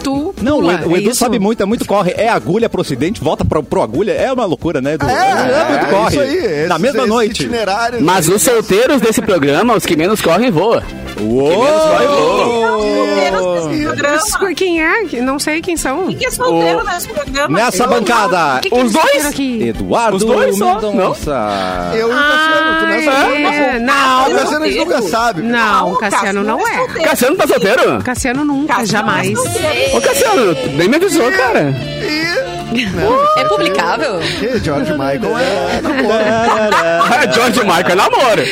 S3: tu
S1: Não, o
S3: pula,
S1: Edu, o
S3: é
S1: Edu
S3: isso?
S1: sabe muito, é muito corre. É agulha pro ocidente, volta pro, pro agulha. É uma loucura, né, Edu?
S7: É,
S1: muito
S7: é
S1: corre.
S7: isso aí.
S1: Na
S7: esse-
S1: mesma
S7: esse
S1: noite.
S7: Itinerário.
S4: Mas os solteiros desse programa, os que menos correm, voam.
S3: Isso, Quem é? Que- Não sei quem são.
S5: Quem é solteiro nesse programa?
S1: Nessa
S5: Eu-
S1: bancada,
S3: Que que
S4: Os
S3: eles
S4: dois?
S3: fizeram Aqui?
S1: Eduardo
S4: Os dois só,
S1: Mendonça.
S7: Eu e o Cassiano, tu não é
S3: Ai, é,
S7: Ah, o
S3: não,
S7: Cassiano a gente nunca
S5: é
S7: sabe.
S5: Ah,
S3: não, Cassiano não é.
S5: solteiro.
S4: Cassiano tá solteiro?
S3: Cassiano nunca,
S5: Cassiano
S3: jamais.
S5: não é solteiro.
S4: Ô, Cassiano, nem me avisou, cara.
S6: É publicável?
S7: Que George Michael é
S4: Ah, George Michael, namoro.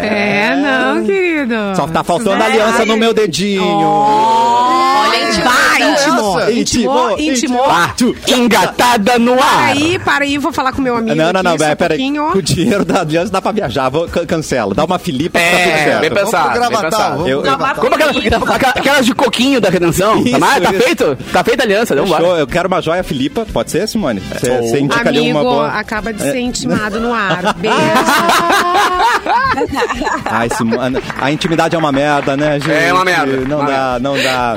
S3: É, não, querido. É,
S1: Só tá faltando a aliança no meu dedinho.
S6: Olha, gente,
S3: Vai,
S6: manda.
S3: intimou,
S7: Essa.
S3: intimou, intimou.
S4: Ah, engatada no ar.
S3: Aí, para aí, vou falar com meu amigo
S1: Não, não, não,
S3: aqui, só um
S1: peraí.
S3: pouquinho.
S1: Com o dinheiro da aliança dá pra viajar, vou, can- cancela. Dá uma filipa que tá tudo
S4: É,
S1: certo.
S4: bem
S7: Vamos pro
S4: pensado, bem
S7: Gravatal,
S4: pensado.
S7: vamos
S1: Eu-
S7: pro Gravatal.
S4: Como aquela, aquela- aquelas de coquinho da redenção?
S1: Isso,
S4: tá, mais? tá
S1: isso.
S4: feito? Tá feita a aliança, vamos lá.
S1: Show, eu quero uma joia Filipa, pode ser, Simone? Você você indica ali
S3: Amigo,
S1: uma boa. É.
S3: acaba de ser intimado no ar. Beijo.
S1: Ai, Simone, Ah, a intimidade é uma merda, né, gente?
S4: É uma merda,
S1: Não
S4: uma
S1: dá, não dá.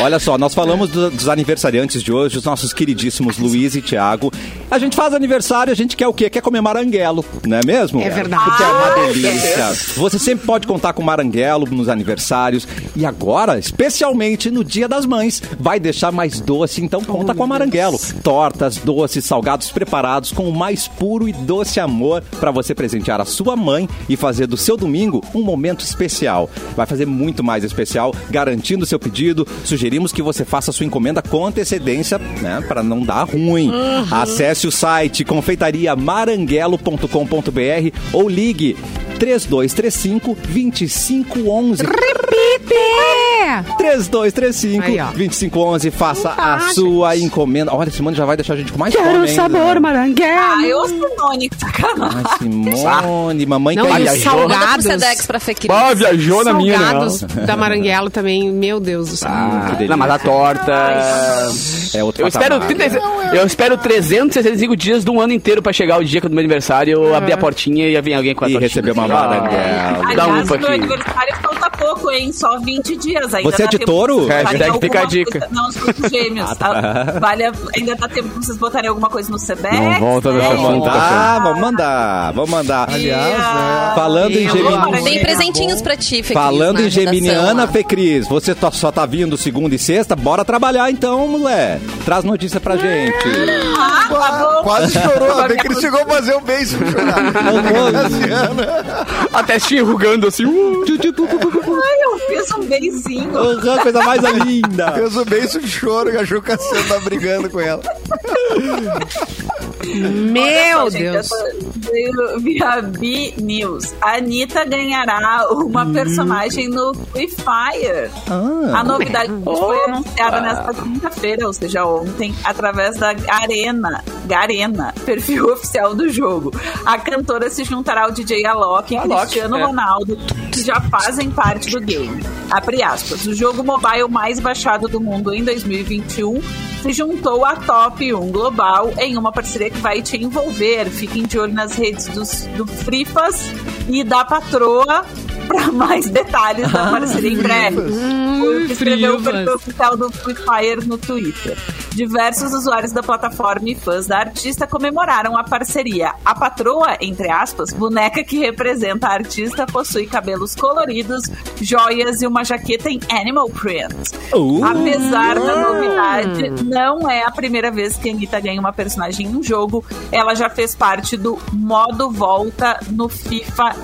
S1: Olha só, nós falamos do- dos aniversariantes de hoje, os nossos queridíssimos Luiz e Thiago. A gente faz aniversário, a gente quer o quê? Quer comer maranguelo, não é mesmo?
S3: É verdade.
S1: Porque é uma delícia. Você sempre pode contar com maranguelo nos aniversários. E agora, especialmente no Dia das Mães, vai deixar mais doce, então conta com a maranguelo. Tortas, doces, salgados preparados com o mais puro e doce amor para você presentear a sua mãe e fazer do seu domingo um momento especial. Vai fazer muito mais especial, garantindo o seu pedido. Sugerimos que você faça sua encomenda com antecedência, né, para não dar ruim.
S3: Uhum.
S1: Acesse o site confeitariamaranguelo.com.br ou ligue 3235 2511.
S3: Repite!
S1: 3235
S3: Aí, ó.
S1: 2511. Faça
S3: Tá,
S1: a
S3: gente.
S1: sua encomenda. Olha, Simone já vai deixar a gente com mais fome ainda, né?
S5: Ah,
S3: maranguelo.
S5: eu Simone, que sacanagem.
S1: Ai, Simone, mamãe
S3: Não,
S1: quer
S3: e
S1: viajar.
S3: os
S6: Manda pro
S3: salgados.
S6: Sedex pra Fê Cris.
S4: Bah, Ah, viajou na minha, né? Ah.
S3: Salgados da Maranguelo também, meu Deus do céu.
S1: que delícia.
S4: Não, mas a torta.
S1: É outro
S4: Eu espero,
S1: patamar.
S4: 30 eu espero 365 dias do ano inteiro pra chegar o dia que é do meu aniversário eu abrir a portinha e ia vir alguém com a
S1: E
S4: tortinha.
S1: receber uma né?
S4: Ah,
S1: maranguela.
S4: Dá um
S5: Aliás, meu
S4: pouquinho.
S5: aniversário falta pouco, hein? Só 20 dias. Ainda
S1: Você é
S5: dá
S1: de
S5: tempo
S1: touro? tá.
S5: de vocês
S4: Hashtag
S5: botarem
S4: fica a
S5: alguma
S4: dica.
S5: coisa- Não, os frutos gêmeos. Ah, Vale a- ainda dá tempo pra vocês botarem alguma coisa no Sebex.
S4: Não volta tá?
S5: né?
S4: nessa
S1: Vamos
S4: Vamos
S1: mandar, Ah, vamos mandar, vamos mandar.
S5: Aliás, né?
S1: Falando em
S3: Tem
S1: Gemini.
S3: agora.
S6: Tem presentinhos pra ti, Fê Cris,
S1: Falando
S6: na
S1: em
S6: redação
S1: Geminiana,
S6: lá.
S1: Fê Cris, você tó- só tá vindo segunda e sexta, bora trabalhar então, mulher. Traz notícia pra gente.
S5: Ah, tá bom.
S7: Quase chorou, até que ele chegou a fazer um beijo. pra chorar. Cassiano.
S4: A testinha enrugando assim. uh.
S5: Ai, eu fiz um beizinho.
S1: Aham, Coisa mais linda.
S7: Fez um beijo de choro, que achou que o Cassiano tá brigando com ela.
S3: Meu
S5: Olha só, gente,
S3: Deus.
S5: essa- veio Via B News. A Anitta ganhará uma personagem no Free Fire. A novidade foi anunciada nesta quinta-feira, ou seja, ontem, através da Arena, Garena, perfil oficial do jogo. A cantora se juntará ao DJ Alok e
S4: Alok,
S5: Cristiano
S4: é.
S5: Ronaldo, que já fazem parte do game. Abre aspas. O jogo mobile mais baixado do mundo em 2021 se juntou à Top 1 Global em uma parceria que vai te envolver. Fiquem de olho nas redes dos, do Fripas e da Patroa para mais detalhes da parceria em breve. Foi o que escreveu o
S3: frivas.
S5: perfil oficial do Free Fire no Twitter. Diversos usuários da plataforma e fãs da artista comemoraram a parceria. A patroa, entre aspas, boneca que representa a artista, possui cabelos coloridos, joias e uma jaqueta em animal print.
S1: Uh.
S5: Apesar da novidade, não é a primeira vez que a Anitta ganha uma personagem em um jogo. Ela já fez parte do modo volta no FIFA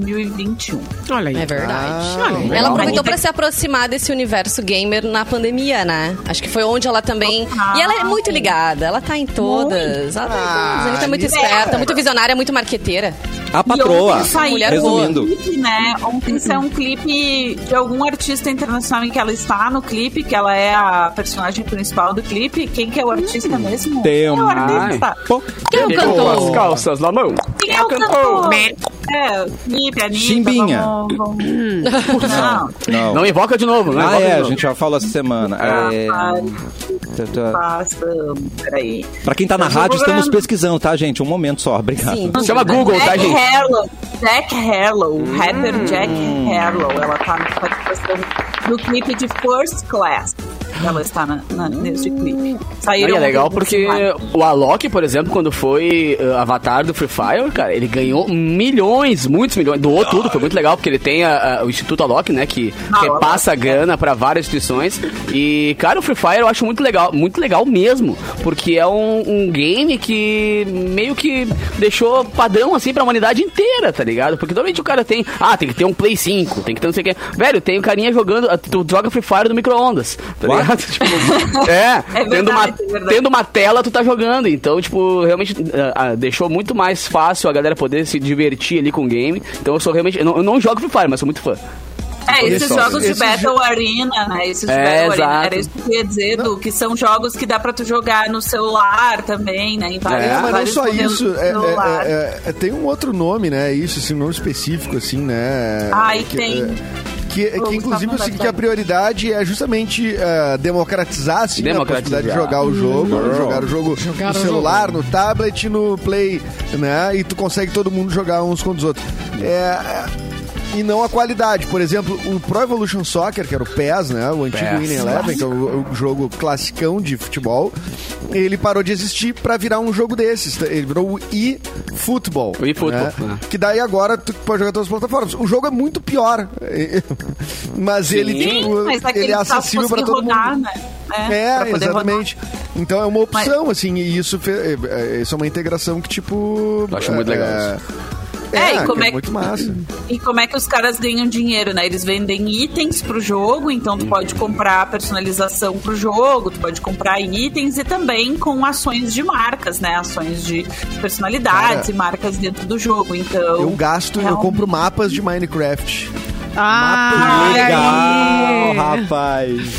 S5: 2021.
S3: Olha aí. Ah.
S6: É verdade.
S3: Olha
S1: Ah,
S3: aí.
S6: Ela aproveitou
S5: Anitta-
S6: pra se aproximar desse universo gamer na pandemia, né? Acho que foi onde ela também. E ela é muito ligada, ela tá em todas. Ela tá em todas. A Anitta é muito esperta, muito visionária, muito marqueteira.
S1: A
S5: E
S1: patroa.
S5: ontem saiu
S6: mulher
S1: Resumindo.
S5: um clipe, né? Ontem isso é um clipe de algum artista internacional em que ela está no clipe, que ela é a personagem principal do clipe. Quem que é o artista
S1: Hum,
S5: mesmo? Quem é o artista?
S1: um- Pô,
S6: Quem é o
S4: Com as
S6: cantor?
S4: calças na mão.
S5: Quem é o cantor? É, clipe, Anitta.
S1: Chimbinha.
S5: vamos- vamos- Não.
S1: Não.
S4: Não invoca de novo, não
S1: Ah,
S4: invoca
S1: é,
S4: de
S1: a
S4: novo.
S1: gente já falou essa semana. É,
S5: Ah,
S1: Tá, tá.
S5: Passamos, peraí.
S1: Pra quem tá na
S5: Eu tô
S1: rádio, estamos
S5: procurando.
S1: pesquisando, tá, gente? Um momento só, obrigado.
S6: Sim.
S4: Chama Google, tá,
S5: Jack
S4: gente?
S5: Harlow. Jack Harlow,
S7: Hum.
S5: o rapper Jack Harlow. Ela tá na participação do clipe de First Class. Ela está na, na- nesse clipe.
S4: Aí
S5: Saíram
S4: é legal
S5: ontem,
S4: porque
S5: assim,
S4: o Alok, por exemplo, quando foi uh, Avatar do Free Fire, cara, ele ganhou milhões, muitos milhões, doou tudo, foi muito legal, porque ele tem a- a- o Instituto Alok, né, que
S5: Ah,
S4: repassa a grana pra várias instituições. E, cara, o Free Fire eu acho muito legal, muito legal mesmo, porque é um, um game que meio que deixou padrão, assim, pra humanidade inteira, tá ligado? Porque normalmente o cara tem, ah, tem que ter um Play 5, tem que ter não sei o que. Velho, tem o carinha jogando, tu joga Free Fire no micro-ondas,
S1: What?
S4: tá ligado? Tipo, é,
S5: É verdade,
S4: tendo, uma,
S5: é verdade.
S4: tendo uma tela, tu tá jogando. Então, tipo, realmente ah, ah, deixou muito mais fácil a galera poder se divertir ali com o game. Então eu sou realmente. Eu não, eu não jogo Free Fire, mas sou muito fã.
S5: É, esses
S1: Olha só,
S5: jogos de
S7: esses
S5: Battle Arena, né? Esses de
S4: É,
S5: Battle Arena,
S4: exato.
S5: era isso que eu ia dizer, Du, que são jogos que dá pra tu jogar no celular também, né? Em vários,
S4: É,
S7: É, mas não
S5: vários
S7: só
S5: modelos
S7: isso,
S5: de
S7: é- é-
S5: celular.
S7: é- é- tem um outro nome, né? Isso, assim, um nome específico, assim, né?
S5: Ai,
S7: que,
S5: tem.
S7: é, Que, que,
S5: Ô, Gustavo,
S7: inclusive,
S5: não vai
S7: assim, que
S5: falar.
S7: a prioridade é justamente eh, democratizar, assim, né, a
S4: Democratizar.
S7: possibilidade de jogar o jogo,
S1: Girl.
S7: jogar o jogo
S3: Jogar
S7: no
S3: o
S7: celular, no tablet, no play, né? E tu consegue todo mundo jogar uns contra os outros. É, E não a qualidade. Por exemplo, o Pro Evolution Soccer, que era o PES, né? O antigo
S4: PES.
S7: Winning Eleven, que é o, o jogo classicão de futebol, ele parou de existir pra virar um jogo desses. tá? Ele virou o eFootball.
S4: O eFootball,
S7: né?
S4: né.
S7: Que daí agora tu pode jogar todas as plataformas. O jogo é muito pior. Mas ele,
S5: Sim,
S7: tipo,
S5: mas aquele
S7: ele é
S5: que tá
S7: acessível pra
S5: conseguindo
S7: todo
S5: rodar,
S7: mundo.
S5: né? pra
S7: É,
S5: poder rodar.
S7: exatamente. Então é uma opção, assim, e isso, fe- é, é, isso é uma integração que, tipo.
S4: Eu acho muito legal
S7: é, É,
S5: É, e
S7: que
S5: como é
S7: é
S5: que-
S7: muito massa.
S5: E como é que os caras ganham dinheiro, né? Eles vendem itens pro jogo, então tu pode comprar personalização pro jogo, tu pode comprar itens e também com ações de marcas, né? Ações de personalidades
S7: Cara,
S5: e marcas dentro do jogo. Então,
S7: Eu gasto, eu
S5: Realmente.
S7: compro mapas de Minecraft.
S3: Ah, olha
S1: Legal,
S3: aí.
S1: rapaz.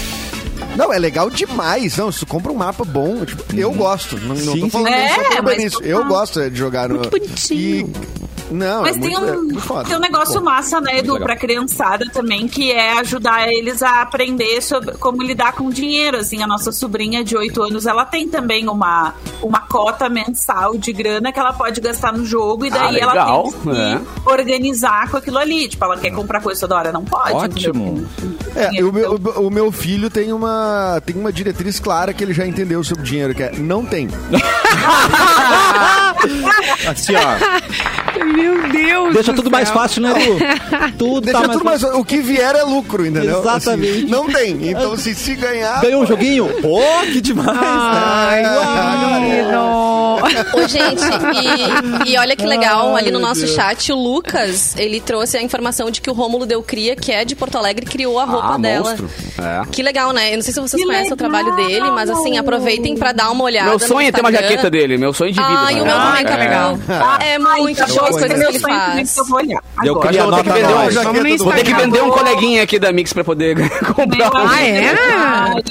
S7: Não, é legal demais. Não, se tu compra um mapa bom, tipo, eu gosto. Não,
S1: Uhum.
S7: não
S1: Sim,
S7: tô falando
S5: sim.
S7: nem só
S5: É,
S7: pra
S5: mas
S7: isso.
S5: tu
S7: Eu
S5: tá-
S7: gosto é, de jogar no.
S3: Muito bonitinho.
S7: E... Não,
S5: Mas
S7: é
S5: tem,
S7: muito, é muito
S5: um,
S7: foda.
S5: tem um negócio
S7: Pô,
S5: massa, né, Edu,
S1: legal.
S5: pra criançada também, que é ajudar eles a aprender sobre como lidar com dinheiro. Assim, a nossa sobrinha de 8 anos, ela tem também uma, uma cota mensal de grana que ela pode gastar no jogo e daí
S4: Ah,
S5: ela
S4: legal,
S5: tem que
S7: né?
S5: se organizar com aquilo ali. Tipo, ela quer comprar coisa toda hora, não pode.
S1: Ótimo.
S7: É, o meu,
S5: Então,
S7: o meu filho tem uma, tem uma diretriz clara que ele já entendeu sobre dinheiro, que é não tem.
S1: Assim, ó.
S3: Meu Deus.
S1: Deixa
S3: do
S1: tudo mais
S3: céu.
S1: fácil, né, Lu? Tudo
S7: Deixa
S1: tá mais
S7: tudo mais. O que vier é lucro, entendeu?
S1: Exatamente.
S7: Assim, não tem. Então, se se ganhar.
S1: Ganhou um joguinho? Pô, que demais.
S3: Ai, querido.
S6: Ô, gente, e, e olha que legal, ali no nosso chat, o Lucas, ele trouxe a informação de que o Rômulo Del Cria, que é de Porto Alegre, criou a roupa
S4: ah,
S6: dela.
S4: monstro. É.
S6: Que legal, né? Eu não sei se vocês
S5: Que
S6: conhecem o trabalho
S5: legal!
S6: dele, mas assim, aproveitem pra dar uma olhada.
S4: Meu
S6: Ah, no
S4: sonho é ter uma
S6: Instagram.
S4: jaqueta dele, meu sonho de né? vida.
S6: Ai, o meu
S4: cara.
S6: também
S3: Ah,
S6: tá
S3: que
S6: legal. É muito
S5: Ai,
S6: show as
S5: acabou,
S6: coisas que ele
S5: meu sonho é também
S6: faz.
S5: que eu vou olhar.
S1: Eu
S5: Agora.
S1: queria
S4: eu vou ter que
S1: nota
S4: vender uma
S1: nós.
S7: jaqueta
S3: Vamos no
S7: do-
S4: Vou ter que
S3: Instagram.
S4: vender um coleguinha aqui da Mix pra poder comprar um.
S5: Meu
S3: Ah, é?
S5: caralho.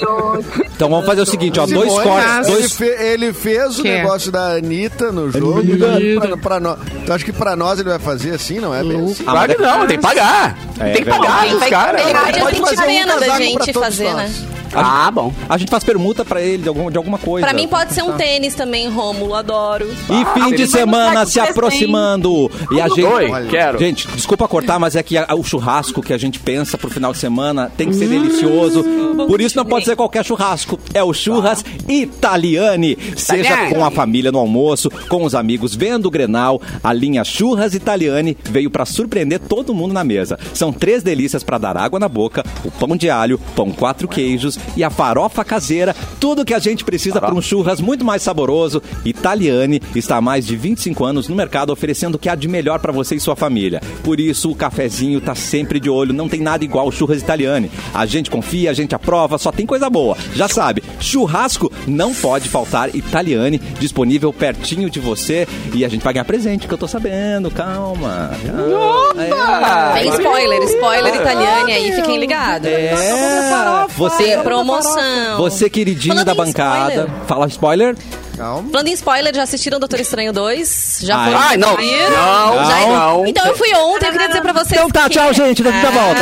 S1: Então vamos fazer o seguinte, ó. Dois
S7: Simone,
S1: cortes.
S7: Ele,
S1: Dois...
S7: fe- ele fez o
S3: Que?
S7: negócio da Anitta no jogo. Pra, pra nós. Tu acha que pra nós ele vai fazer assim, não é? bem assim?
S4: Claro que não, tem que pagar.
S1: É,
S4: tem que pagar
S1: verdade.
S4: os caras.
S6: Ele podia
S7: Pode
S6: sentir
S7: fazer um
S6: pena da
S7: casaco pra
S6: gente
S7: todos
S6: fazer, né?
S7: nós.
S4: Ah, bom.
S1: A gente faz permuta pra ele de, algum, de alguma coisa.
S6: Pra mim pode
S4: Tá.
S6: Ah, ser um tênis também, Rômulo, adoro.
S1: E fim de
S5: ele vai
S1: semana
S5: mandar
S1: se
S5: de presente.
S1: aproximando. E a gente.
S4: Oi, quero.
S1: Gente, desculpa cortar, mas é que a- o churrasco que a gente pensa pro final de semana tem que
S3: Hum.
S1: ser delicioso. Por isso não pode ser qualquer churrasco. É o Churras Italiani. Seja
S4: Italiani.
S1: com a família no almoço, com os amigos vendo o Grenal, a linha Churras Italiani veio pra surpreender todo mundo na mesa. São três delícias pra dar água na boca: o pão de alho, pão quatro queijos e a farofa caseira. Tudo que a gente precisa para um churras muito mais saboroso. Italiani está há mais de 25 anos no mercado oferecendo o que há de melhor para você e sua família. Por isso, o cafezinho tá sempre de olho, não tem nada igual o churras Italiani. A gente confia, a gente aprova, só tem coisa boa. Já sabe, churrasco não pode faltar Italiani, disponível pertinho de você. E a gente vai ganhar presente, que eu tô sabendo, calma.
S4: Ah,
S1: Opa!
S6: Tem spoiler, spoiler italiano aí, fiquem ligados.
S1: É, você,
S6: Tem promoção.
S1: você queridinho
S6: Falando
S1: da
S6: em
S1: bancada.
S6: spoiler.
S1: Fala spoiler?
S7: Calma.
S6: Falando em spoiler, já assistiram Doutor Estranho 2? Já
S1: Ai.
S6: foram?
S4: Ai, não.
S6: Viram?
S4: Não,
S6: Já-
S4: não.
S6: Então eu fui ontem, eu queria dizer pra vocês
S1: Então tá,
S6: que-
S1: tchau, gente. Daqui da volta.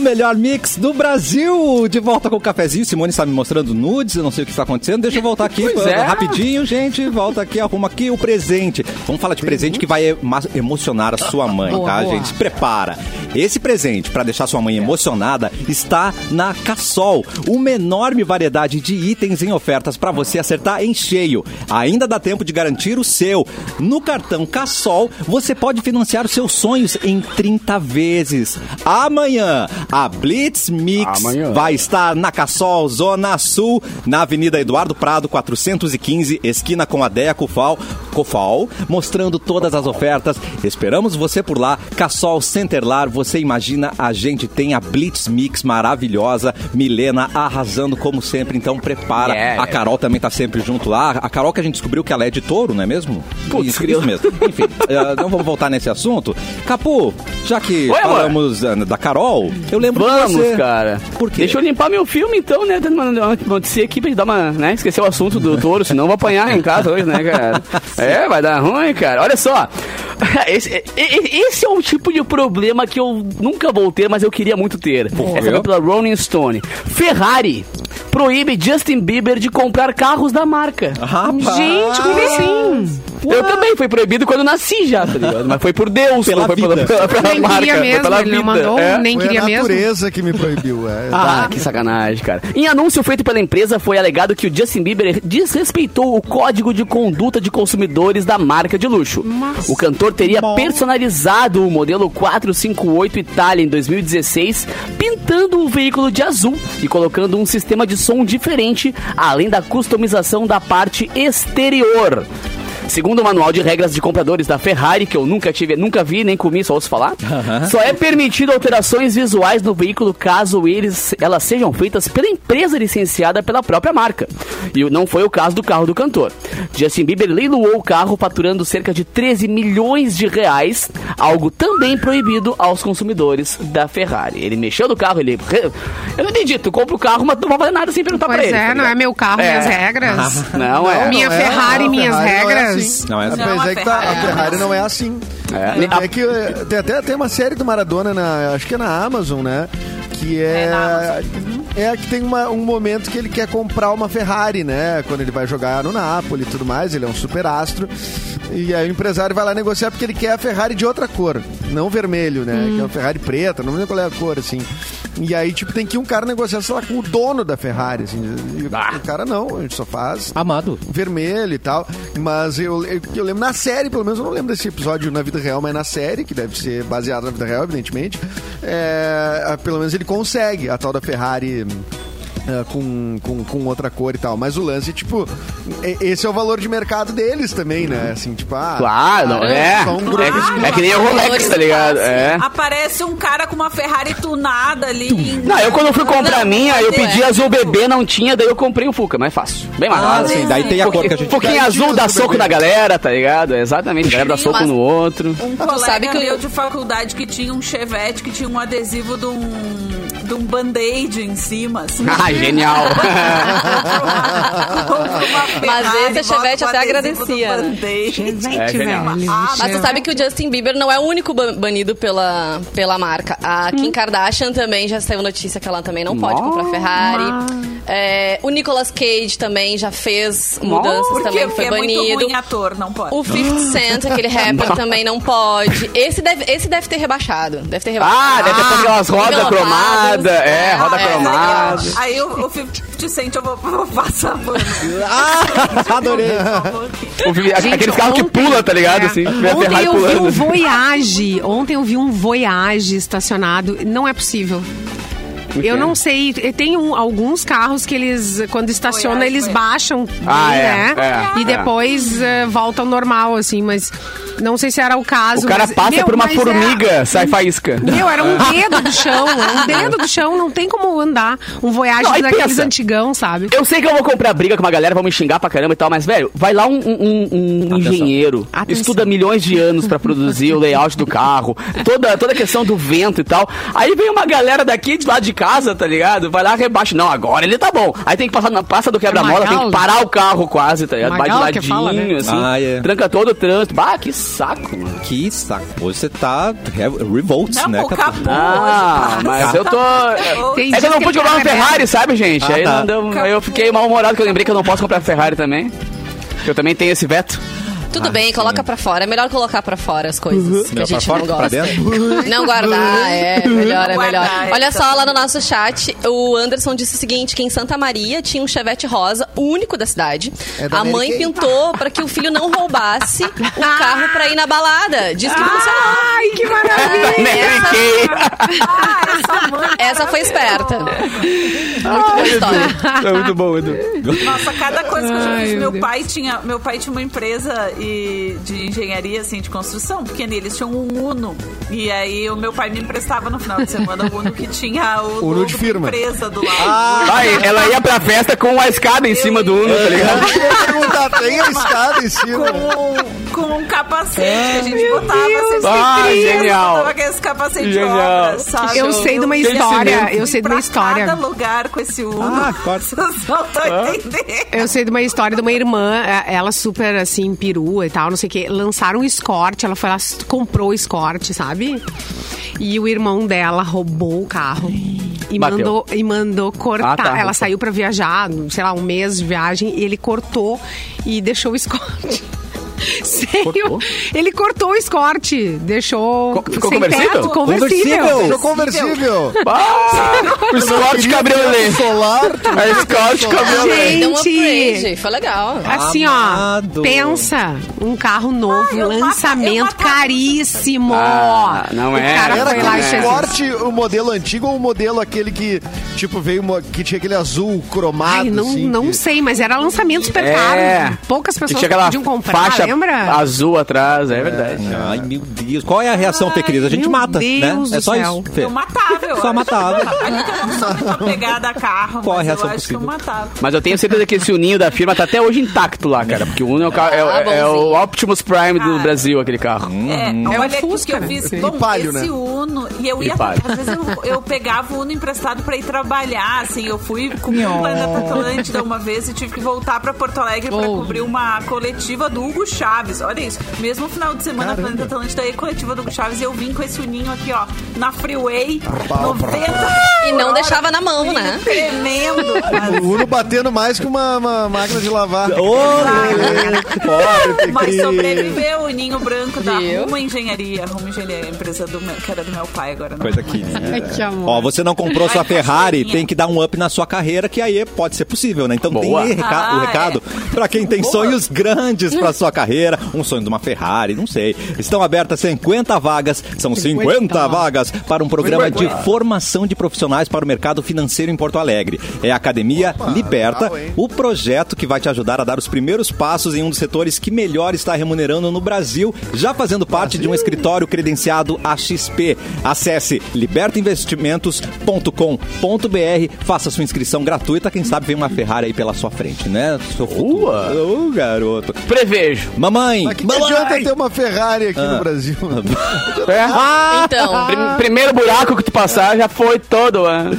S1: melhor mix do Brasil. De volta com o cafezinho. Simone está me mostrando nudes, eu não sei o que está acontecendo. Deixa eu voltar aqui
S4: Pois é.
S1: rapidinho, gente. Volta aqui, arruma aqui o presente. Vamos falar de presente que vai ema- emocionar a sua mãe,
S3: Boa,
S1: tá,
S3: boa.
S1: gente? Se prepara. Esse presente, para deixar sua mãe emocionada, está na Cassol. Uma enorme variedade de itens em ofertas para você acertar em cheio. Ainda dá tempo de garantir o seu. No cartão Cassol, você pode financiar os seus sonhos em 30 vezes. Amanhã, a Blitz Mix
S4: Amanhã.
S1: vai estar na Cassol, Zona Sul, na Avenida Eduardo Prado, 415, esquina com a Deia Cofal, Cofal, mostrando todas as ofertas. Esperamos você por lá. Cassol Centerlar, você imagina, a gente tem a Blitz Mix maravilhosa. Milena arrasando como sempre, então prepara.
S4: Yeah.
S1: A Carol também tá sempre junto lá. A Carol que a gente descobriu que ela é de touro, não é mesmo?
S4: Putz,
S1: isso, isso mesmo. Enfim, eh, não vamos voltar nesse assunto. Capu, já que
S4: Oi, amor.
S1: falamos eh, da Carol, eu lembro de
S4: Vamos,
S1: você.
S4: cara.
S1: Por quê?
S4: Deixa eu limpar meu filme então, né? Tendo uma notícia aqui pra gente dar uma, né? Esquecer o assunto do touro, senão eu vou apanhar em casa hoje, né, cara? É, vai dar ruim, cara. Olha só. Esse, e- e- esse é um tipo de problema que eu nunca vou ter, mas eu queria muito ter. Essa foi pela Rolling Stone. Ferrari proíbe Justin Bieber de comprar carros da marca.
S1: Rapaz.
S3: Gente, como assim?
S4: Eu também, foi proibido quando nasci já, tá ligado? Mas foi por Deus,
S1: Pela
S4: não foi
S1: vida.
S4: pela, pela, pela
S3: Nem
S4: marca.
S3: queria
S4: foi
S3: mesmo,
S4: pela
S3: ele não
S4: vida,
S3: mandou,
S4: é.
S3: nem
S7: Foi
S3: queria
S7: a
S3: mesmo.
S7: natureza que me proibiu. É,
S4: Ah, que sacanagem, cara. Em anúncio feito pela empresa, foi alegado que o Justin Bieber desrespeitou o código de conduta de consumidores da marca de luxo. O cantor teria personalizado o modelo 458 Itália em 2016, pintando o veículo de azul e colocando um sistema de som diferente, além da customização da parte exterior. Segundo o manual de regras de compradores da Ferrari, que eu nunca tive, nunca vi, nem comi, só ouço falar, só é permitido alterações visuais no veículo caso eles, elas sejam feitas pela empresa licenciada pela própria marca. E não foi o caso do carro do cantor. Justin Bieber leiloou o carro faturando cerca de 13 milhões de reais, algo também proibido aos consumidores da Ferrari. Ele mexeu no carro, ele... re- Eu não entendi, tu compra o carro, mas tu não vai fazer nada sem perguntar pra
S3: Pois
S4: ele.
S3: é,
S4: tá
S3: não é
S4: ligado?
S3: meu carro, minhas
S4: É.
S3: regras.
S4: Não é.
S3: Minha Ferrari, minhas regras.
S1: Não é assim.
S7: Mas
S5: Não,
S7: é
S5: a
S7: que tá, a
S5: Ferrari
S7: Ferrari não é assim.
S4: É.
S7: É, que eh, tem até tem uma série do Maradona, na, acho que é na Amazon, né? Que é.
S5: É, na
S7: É, que tem uma- um momento que ele quer comprar uma Ferrari, né? Quando ele vai jogar no Napoli e tudo mais, ele é um super astro. E aí o empresário vai lá negociar porque ele quer a Ferrari de outra cor, não vermelho, né? Que é uma Ferrari preta, não lembro qual é a cor, assim. E aí, tipo, tem que um cara negociar, sei lá, com o dono da Ferrari, assim. E O cara não, a gente só faz
S1: Amado.
S7: vermelho e tal. Mas eu, eu, eu lembro na série, pelo menos eu não lembro desse episódio na vida real, mas na série, que deve ser baseado na vida real, evidentemente. é, a- pelo menos ele consegue a tal da Ferrari. é, com, com, com outra cor e tal. Mas o lance, tipo, e- esse é o valor de mercado deles também, né? Assim, tipo, ah.
S4: Claro, não, é.
S7: Só um grupo.
S5: Ah,
S4: É, é que nem o Rolex, tá ligado? É.
S5: assim, Aparece um cara com uma Ferrari tunada ali.
S4: Não, eu quando fui comprar a
S5: Não,
S4: minha, eu
S5: cadê?
S4: pedi azul bebê, não tinha, daí eu comprei o Fuca, mais fácil. Bem mais
S1: Ah,
S4: fácil.
S1: sim, daí tem a cor que a
S4: Um
S1: gente
S4: pouquinho
S7: Daí tinha
S4: azul dá
S7: azul
S4: soco
S7: bebê.
S4: na galera, tá ligado? Exatamente, a galera dá
S6: Sim,
S4: soco
S6: mas-
S4: no outro.
S5: Um colega
S6: sabe que eu-
S5: meu de faculdade que tinha um Chevette que tinha um adesivo de um, de um band-aid em cima. Assim.
S4: Ah, genial.
S6: Mas esse Chevette até agradecia, né?
S4: É,
S3: Gente,
S4: genial.
S3: velho.
S6: Mas você sabe que o Justin Bieber não é o único ban- banido pela, pela marca. A Kim Kardashian também já saiu notícia que ela também não pode
S4: Hum. Nossa.
S6: comprar Ferrari. É, o Nicolas Cage também já fez mudanças
S5: Por quê?
S6: também,
S5: Porque
S6: foi
S5: é muito
S6: banido.
S5: ruim ator, não pode.
S6: O 50 Cent, aquele rapper, também não pode. Esse deve, esse deve ter rebaixado. Deve ter rebaixado.
S4: Ah, deve ter posto aquelas rodas
S6: Englobados.
S4: cromadas. É, roda
S5: Ah,
S6: é,
S4: cromada.
S5: Aí o, o 50 Cent eu vou, vou passar por
S1: Ah, adorei.
S4: O vi- Aqueles carros que
S3: ontem-
S4: pula, tá ligado?
S3: É.
S4: Assim, a
S3: Ontem
S4: Ferrari
S3: eu vi
S4: pulando.
S3: um Voyage. Ontem eu vi um Voyage estacionado. Não é possível. Eu não sei, e tem um- alguns carros que eles, quando estacionam,
S5: Voyage,
S3: eles
S5: Voyage.
S3: baixam,
S4: Ah, é,
S3: né?
S4: é,
S3: e
S4: é.
S3: depois eh, voltam ao normal, assim, mas não sei se era o caso.
S4: O cara
S3: mas-
S4: passa
S3: Meu,
S4: por uma
S3: mas é-
S4: formiga, sai faísca.
S3: Meu, era um dedo do chão, é um dedo do chão, não tem como andar. Um Voyage
S4: Não, aí
S3: daqueles
S4: pensa.
S3: antigão, sabe?
S4: Eu sei que eu vou comprar briga com uma galera, vão me xingar pra caramba e tal, mas, velho, vai lá um, um- um- um engenheiro,
S3: Atenção.
S4: estuda milhões de anos pra produzir o layout do carro, toda, toda a questão do vento e tal. Aí vem uma galera daqui de lá de casa, tá ligado? Vai lá, rebaixa. Não, agora ele tá bom. Aí tem que passar na passa do quebra-mola, tem que
S3: É Magal?
S4: parar o carro quase, tá ligado? Vai de
S3: Magal que
S4: ladinho,
S3: fala, né?
S4: assim.
S1: Ah, é.
S4: Tranca todo o trânsito. Bah, que saco, mano.
S1: Que saco. Hoje você tá re- revolts,
S5: Não,
S1: né,
S5: o
S1: Capu?
S5: capô.
S4: Ah,
S5: hoje,
S4: mas
S5: tá?
S4: eu tô. É
S3: Tem
S4: é que
S3: dia
S4: eu não
S3: que
S4: pude
S3: ele
S4: comprar uma
S3: tá aberto.
S4: Ferrari, sabe, gente?
S1: Ah,
S4: aí
S1: tá.
S4: não deu, aí eu fiquei mal-humorado que eu lembrei que eu não posso comprar Ferrari também. Que eu também tenho esse veto.
S6: Tudo
S4: Ah,
S6: bem, coloca pra fora. É melhor colocar pra fora as
S4: Uhum.
S6: coisas que
S1: Não, pra
S6: a gente
S1: fora,
S6: não
S1: pra
S6: gosta.
S1: dentro?
S6: Não guardar, é melhor, é melhor.
S5: Guardar, é,
S6: Olha
S5: tá
S6: só, lá no nosso chat, o Anderson disse o seguinte, que em Santa Maria tinha um chevette rosa, único da cidade.
S7: É da
S6: a mãe
S7: Mary Kay.
S6: pintou pra que o filho não roubasse o carro pra ir na balada. Diz que funcionou.
S3: Ai, que
S7: Ah!
S3: maravilha!
S4: Mary Kay.
S5: Ah,
S6: Essa foi esperta. Muito
S7: Ah,
S6: boa história.
S4: É muito bom, Edu.
S5: Nossa, cada coisa que eu já
S3: Ai,
S5: fiz.
S3: meu
S5: Meu
S3: Deus.
S5: pai, tinha, meu pai tinha uma empresa e- de engenharia, assim, de construção, porque eles tinham um Uno. E aí o meu pai me emprestava no final de semana o Uno que tinha o
S7: Uno
S5: logo
S7: de
S5: da
S7: firma.
S5: empresa do lado.
S1: Ah!
S4: Vai, ela ia pra festa com a escada em cima do Uno, tá ligado?
S7: Eu ia perguntar, tem a escada em cima?
S5: com, com um capacete. A gente botava sempre
S4: Ah,
S5: criança,
S4: genial.
S5: botava aqueles capacete de
S4: Genial.
S5: obra, sabe?
S3: Eu sei de uma
S5: ia
S3: história, eu sei de
S5: pra
S3: uma história.
S5: cada lugar com esse Uno.
S1: Ah, corta.
S5: Vocês não estão entendendo.
S3: Eu sei de uma história de uma irmã, eh, ela super assim, perua e tal, não sei o quê. Lançaram um escorte, ela foi lá, s- comprou o escorte, sabe? E o irmão dela roubou o carro. E
S4: Bateu.
S3: mandou, e mandou cortar.
S4: Ah, tá,
S3: ela
S4: roubou.
S3: saiu pra viajar, sei lá, um mês de viagem, e ele cortou e deixou o escorte. Sério?
S4: Cortou?
S3: Ele cortou o escorte, deixou.
S4: Co- ficou
S3: sem
S4: conversível?
S3: teto, conversível.
S1: Conversível.
S7: Deixou conversível.
S4: ah, O Scott Cabriolet.
S7: Solar, tu
S4: A Scott Cabriolet.
S6: Deu um
S3: Gente.
S6: upgrade, foi legal.
S3: Assim,
S1: Amado.
S3: ó, pensa, um carro novo,
S5: Ah, eu mata- eu
S3: lançamento
S5: matava
S3: caríssimo.
S4: Ah, não
S3: o
S4: é,
S3: cara
S7: Era
S3: foi lá e
S4: não
S7: aquele
S4: é.
S3: fez.
S7: esporte, o modelo antigo ou o modelo aquele que, tipo, veio, mo- que tinha aquele azul cromado,
S3: Ai, não,
S7: assim,
S3: não
S7: que-
S3: sei, mas era lançamento super caro. Poucas
S4: Que
S3: pessoas
S4: É. tinha aquela
S3: podiam comprar,
S4: faixa
S3: lembra?
S4: azul atrás, é verdade.
S1: Ai, meu Deus. Qual é a reação, Fê, querida? A gente
S3: meu
S1: mata,
S3: Deus
S1: né? É
S3: do
S1: só
S3: céu.
S1: isso, Fê.
S5: Eu matava, eu
S1: Só
S5: acho.
S1: matava.
S5: Ainda que eu não sou muito apegada a carro,
S1: Qual a
S5: mas eu
S1: reação
S5: acho que
S1: possível?
S5: eu matava.
S4: Mas eu tenho certeza que esse uninho da firma tá até hoje intacto lá, cara. Porque o Uno é o, ca- é o-
S6: Ah,
S4: é
S3: Tá
S4: o
S6: bonzinho.
S4: Optimus Prime
S3: Ah.
S4: do Brasil, aquele carro.
S5: É,
S3: um
S5: olha aqui que
S3: Fusca,
S5: eu
S3: né?
S5: fiz.
S3: Sim.
S5: Bom,
S7: E Palio,
S5: esse
S7: né?
S5: Uno, e eu
S4: E
S5: ia,
S4: Palio.
S5: às vezes eu, eu pegava o Uno emprestado pra ir trabalhar, assim, eu fui cobrir um plano da Porto Atlântida uma vez e tive que voltar pra Porto Alegre pra
S3: Oh.
S5: cobrir uma coletiva do Hugo Chaves, olha isso, mesmo final de semana Planeta Atlântida e coletiva do Hugo Chaves, e eu vim com esse Uninho aqui, ó, na Freeway, 90
S6: E não deixava na mão, né?
S5: tremendo,
S7: O Uno batendo mais que uma, uma máquina de lavar.
S1: Olê! Pobre, Fê
S5: Mas
S1: Cris.
S5: sobreviveu o ninho branco da
S6: Viu?
S5: Ruma Engenharia. Ruma Engenharia é a empresa do meu, que era do meu pai agora. Não. é?
S1: Coisa querida.
S3: Ai, que amor.
S1: Ó, você não comprou sua
S5: Ai,
S1: Ferrari,
S5: cachorrinha.
S1: tem que dar um up na sua carreira, que aí pode ser possível, né? Então
S4: Boa.
S1: tem aí reca- o
S5: Ah,
S1: recado pra quem tem sonhos grandes pra sua carreira, um sonho de uma Ferrari, não sei. Estão abertas 50 vagas, são 50,
S3: 50
S1: vagas para um programa de formação de profissionais para o mercado financeiro em Porto Alegre. É a Academia Liberta,
S7: legal, hein?
S1: o projeto que vai te ajudar a dar os primeiros passos em um dos setores que melhor está remunerando no Brasil, já fazendo parte de um escritório credenciado a XP. Acesse libertainvestimentos.com.br, faça sua inscrição gratuita, quem sabe vem uma Ferrari aí pela sua frente, né? Seu futuro.
S4: Boa!
S1: Ô, garoto.
S4: Prevejo.
S1: Mamãe!
S7: Mas que, que adianta
S1: mamãe!
S7: ter uma Ferrari aqui
S4: Ah.
S7: no Brasil?
S4: É?
S6: Então,
S4: Prim- primeiro buraco que tu passar já foi todo, né?